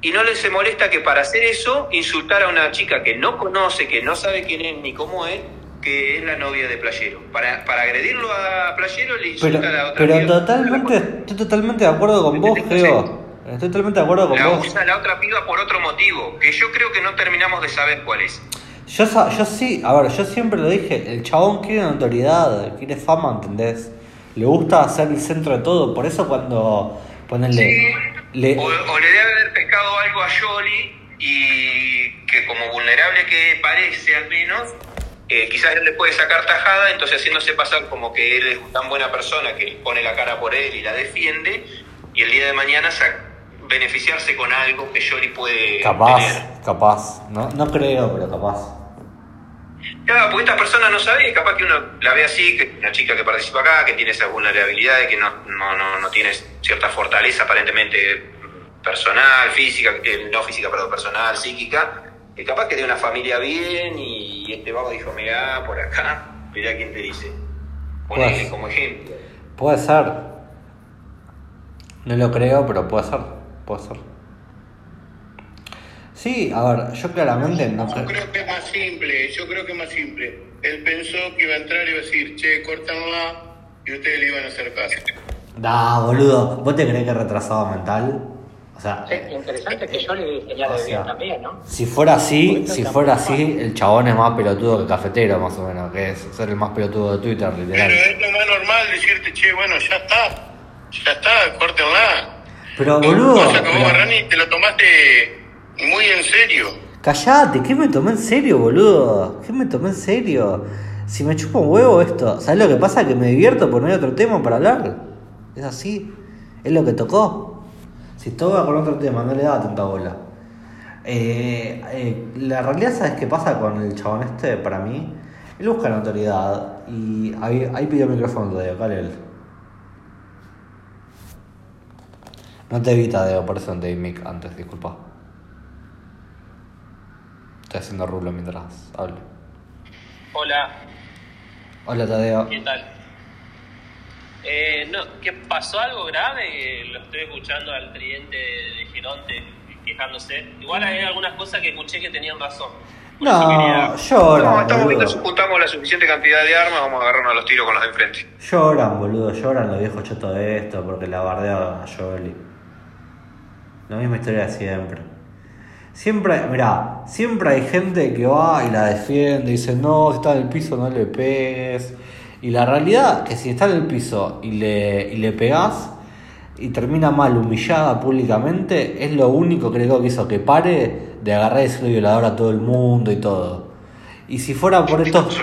K: y no les se molesta que para hacer eso insultar a una chica que no conoce, que no sabe quién es ni cómo es, que es la novia de Playero. Para, para agredirlo a Playero le insulta
A: pero,
K: a la otra
A: pero
K: piba.
A: totalmente, estoy totalmente de acuerdo con vos, Geo. Estoy totalmente de acuerdo con
K: La
A: vos.
K: usa la otra piba por otro motivo, que yo creo que no terminamos de saber cuál es.
A: Yo, sa- yo sí, a ver, yo siempre lo dije, el chabón quiere notoriedad, quiere fama, ¿entendés? Le gusta hacer el centro de todo, por eso cuando ponerle...
K: O, o le debe haber pescado algo a Yoli y que como vulnerable que parece al menos, eh, quizás él le puede sacar tajada, entonces haciéndose pasar como que él es tan buena persona que pone la cara por él y la defiende, y el día de mañana sa- beneficiarse con algo que Yoli puede... tener.
A: capaz, capaz, no, no creo, pero capaz.
K: Claro, porque estas personas no saben, capaz que uno la ve así, que una chica que participa acá, que tiene esas vulnerabilidades, que no, no, no, no tiene cierta fortaleza aparentemente personal, física, eh, no física, perdón, personal, psíquica, que capaz que de una familia bien y este vago dijo, mirá, por acá, mirá quién te dice. Ponele
A: Pues.
K: como ejemplo.
A: Puede ser. No lo creo, pero puede ser, puede ser. Sí, a ver, yo claramente no creo...
I: Creo que es más simple, yo creo que es más simple. Él pensó que iba a entrar y iba a decir, che, cortanla, y ustedes le iban a hacer caso.
A: Da, boludo, ¿vos te crees que es retrasado mental? O sea, eh,
L: Sí, lo interesante es que yo le di señales
A: o
L: de vida
A: sea,
L: también, ¿no?
A: si fuera así, si fuera así, el chabón es más pelotudo que cafetero, más o menos, que es ser el más pelotudo de Twitter, literal.
I: Es lo más normal decirte, Este, che, bueno, ya está, ya está, córtenla.
A: Pero boludo,
I: Cosa que vos,
A: pero-
I: Barrani, te lo tomaste muy en serio.
A: Callate, ¿qué me tomé en serio, boludo? ¿Qué me tomé en serio? Si me chupa un huevo esto, ¿sabes lo que pasa? Que me divierto por no hay otro tema para hablar. Es así, es lo que tocó. Si todo va con otro tema, no le daba tanta bola. Eh, eh, la realidad, ¿sabes qué pasa con el chabón este? Para mí, él busca notoriedad y ahí, ahí pidió el micrófono todavía, Calel. No te evita, Deo, por eso no te di mic antes, disculpa. Estoy haciendo rulo mientras hablo.
M: Hola,
A: Hola Tadeo.
M: ¿qué tal? Eh, no, ¿qué pasó algo grave? Eh, Lo estoy escuchando al cliente de Geronte quejándose. Igual hay algunas cosas que escuché que tenían razón.
A: No, lloran,
K: estamos viendo si
A: boludo.
K: juntamos la suficiente cantidad de armas, vamos a agarrarnos a los tiros con los de enfrente.
A: Lloran, boludo, lloran los viejos chotos de esto porque la bardearon a Jolie. La misma historia de siempre. Siempre, mirá, siempre hay gente que va y la defiende, y dice, no, si está en el piso, no le pegues. Y la realidad que si está en el piso y le, y le pegás y termina mal, humillada públicamente, es lo único que creo que hizo que pare de agarrar y decirle violador a todo el mundo y todo. Y si fuera por estos.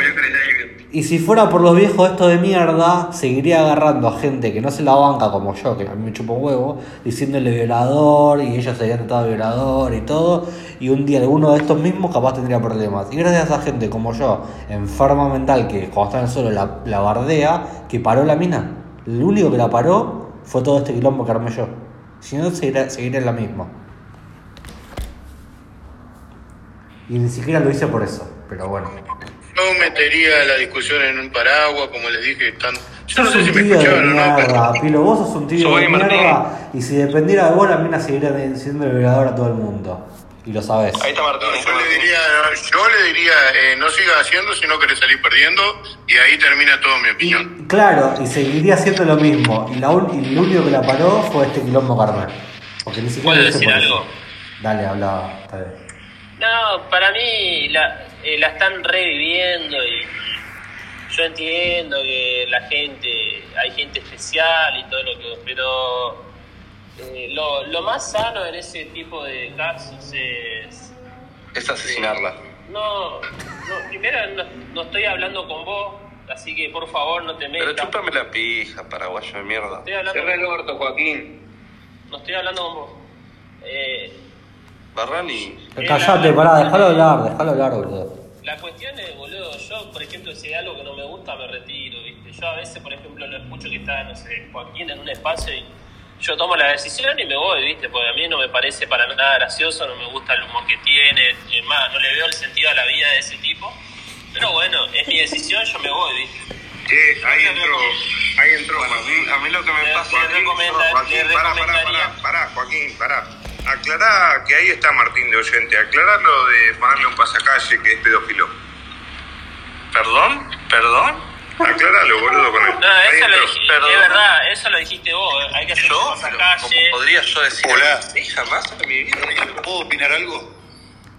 A: Y si fuera por los viejos estos de mierda, seguiría agarrando a gente que no se la banca como yo, que a mí me chupa un huevo, diciéndole violador y ellos serían tratados de violador y todo. Y un día alguno de estos mismos capaz tendría problemas. Y gracias a esa gente como yo, enferma mental, que cuando está en el suelo la, la bardea, que paró la mina. El único que la paró fue todo este quilombo que armé yo. Si no, seguiría, seguiría en la misma. Y ni siquiera lo hice por eso, pero bueno.
I: No metería la discusión en un paraguas, como les dije, están... Yo no
A: Sos
I: sé si
A: un
I: me
A: tibio de
I: escucharon o no, pero...
A: mierda, Pilo, vos sos un tibio
I: Soy
A: de
I: Martín.
A: mierda y si dependiera de vos la mina seguiría siendo el violador a todo el mundo. Y lo sabés.
I: Yo le diría, yo le diría eh, no sigas haciendo si no querés salir perdiendo, y ahí termina todo mi opinión.
A: Claro, y seguiría haciendo lo mismo. Y, la un- y lo único que la paró fue este quilombo carnal. Porque ni siquiera
M: ¿Puedo
A: lo hice
M: decir
A: por eso.
M: algo?
A: Dale, hablaba. Está bien.
M: No, para mí la, eh, la están reviviendo y yo entiendo que la gente, hay gente especial y todo lo que... Pero eh, lo, lo más sano en ese tipo de casos es...
B: Es asesinarla.
M: No, no primero no, no estoy hablando con vos, así que por favor no te
B: Pero
M: metas.
B: chúpame la pija, paraguayo de mierda.
M: Estoy hablando
B: Cerrá el
M: con-
B: orto, Joaquín.
M: No estoy hablando con vos. Eh,
B: Barrani.
I: Eh,
A: Callate, pará, déjalo hablar, déjalo hablar, boludo.
M: La cuestión es, boludo, yo, por ejemplo, si hay algo que no me gusta, me retiro, ¿viste? Yo a veces, por ejemplo, lo escucho que está, no sé, Joaquín en un espacio y yo tomo la decisión y me voy, ¿viste? Porque a mí no me parece para nada gracioso, no me gusta el humor que tiene, es más, no le veo el sentido a la vida de ese tipo. Pero bueno, es mi decisión, yo me voy, ¿viste?
F: Che, ahí entró, ahí entró. Joaquín. a mí lo que me pasa Joaquín, yo- Joaquín, pará, pará, pará, pará, Joaquín, pará. Aclará que ahí está Martín de oyente, aclará lo de ponerle un pasacalle que este es pedófilo. ¿Perdón? ¿Perdón? Aclaralo, boludo, con el...
M: No,
F: ahí
M: eso lo
F: entró.
M: dijiste, es verdad, eso lo dijiste vos, ¿eh? hay que hacer cosas calle.
B: Podría yo decir.
I: Hola.
B: Sí, jamás en mi vida.
I: ¿Puedo opinar algo?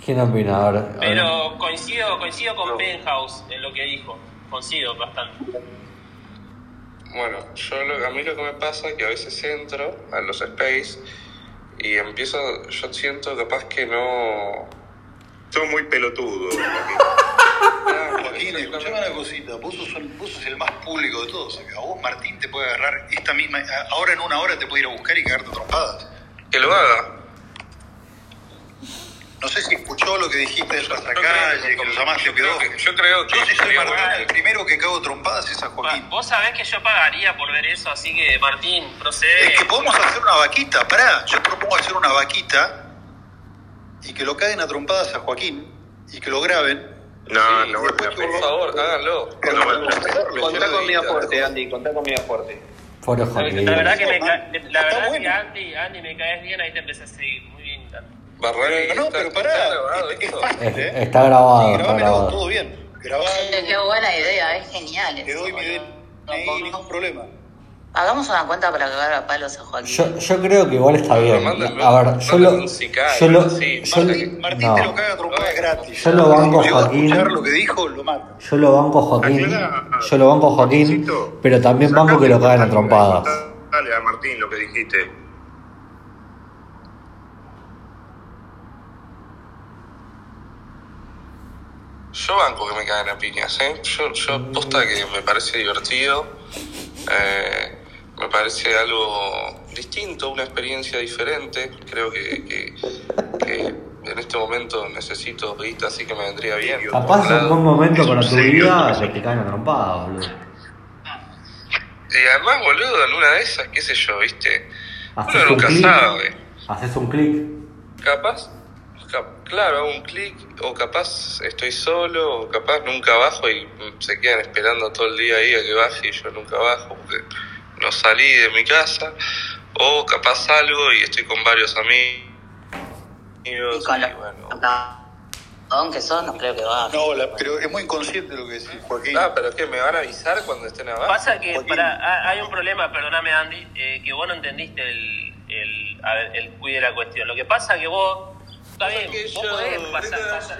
A: ¿Quién opina ahora?
M: Pero coincido, coincido con Penthouse en lo que dijo, coincido bastante.
B: Bueno, yo lo- a mí lo que me pasa es que a veces entro a los space y empiezo, yo siento capaz que no...
F: Sos muy pelotudo.
I: Joaquín, escuchame una cosita, vos sos, el- vos sos el más público de todos acá. Vos, Martín, te puede agarrar esta misma... a- Ahora en una hora te puede ir a buscar y cagarte a trompadas.
B: Que lo haga.
I: No sé si escuchó lo que dijiste del pasacalle, que lo llamaste pedófilo.
B: Yo creo
I: que... Yo si soy Martín, el primero que cago trompadas es a Joaquín.
M: Vos sabés que yo pagaría por ver eso, así que Martín, procede.
I: Es que podemos hacer una vaquita, pará, yo propongo hacer una vaquita y que lo caguen a trompadas a Joaquín y que lo graben.
F: No,
I: no voy a
B: Por favor, háganlo.
K: Contá conmigo fuerte, Andy, contá conmigo fuerte.
A: Pobre
M: La
A: Joaquín.
M: verdad que me ca- la verdad que Andy, Andy me caes bien, ahí te empecé a seguir. Muy bien, Andy.
I: no, pero pará, es, es fácil,
A: Es-
I: ¿eh?
A: está grabado, está
I: grabámelo,
A: grabado.
I: todo bien. Grabalo,
H: Qué buena idea, es genial.
I: te doy mi DNI, ningún problema.
H: Hagamos una cuenta para cagar a palos a Joaquín.
A: Yo, yo creo que igual está bien. A ver, yo lo. Yo lo. yo lo- no. Yo lo banco a Joaquín. Yo lo banco a Joaquín. Yo lo banco a Joaquín. Pero también banco que lo cagan a trompadas.
F: Dale a Martín lo que dijiste.
C: Yo banco que me caguen a piñas, ¿eh? Yo, yo posta que me parece divertido, eh, me parece algo distinto, una experiencia diferente. Creo que, que- que en este momento necesito guita, así que me vendría bien.
A: Capaz es un buen momento para tu vida que te caen a trompadas, boludo.
C: Y además, boludo, en una de esas, qué sé yo, ¿viste? Uno
A: Haces un
C: nunca
A: clic.
C: sabe.
A: Haces un clic.
C: Capaz, cap- claro, hago un clic, o capaz estoy solo, o capaz nunca bajo y mm, se quedan esperando todo el día ahí a que baje y yo nunca bajo porque no salí de mi casa, o capaz salgo y estoy con varios amigos.
H: Y con los Aunque son, no creo que va.
C: No, pero es muy inconsciente lo que decís, Joaquín. Ah, pero ¿qué? ¿Me van a avisar cuando estén abajo?
M: Pasa que pará, ha- hay un problema, perdóname Andy, eh, que vos no entendiste el, el, a ver, el cuide de la cuestión. Lo que pasa que vos, está bien, vos podés pasar, pasar-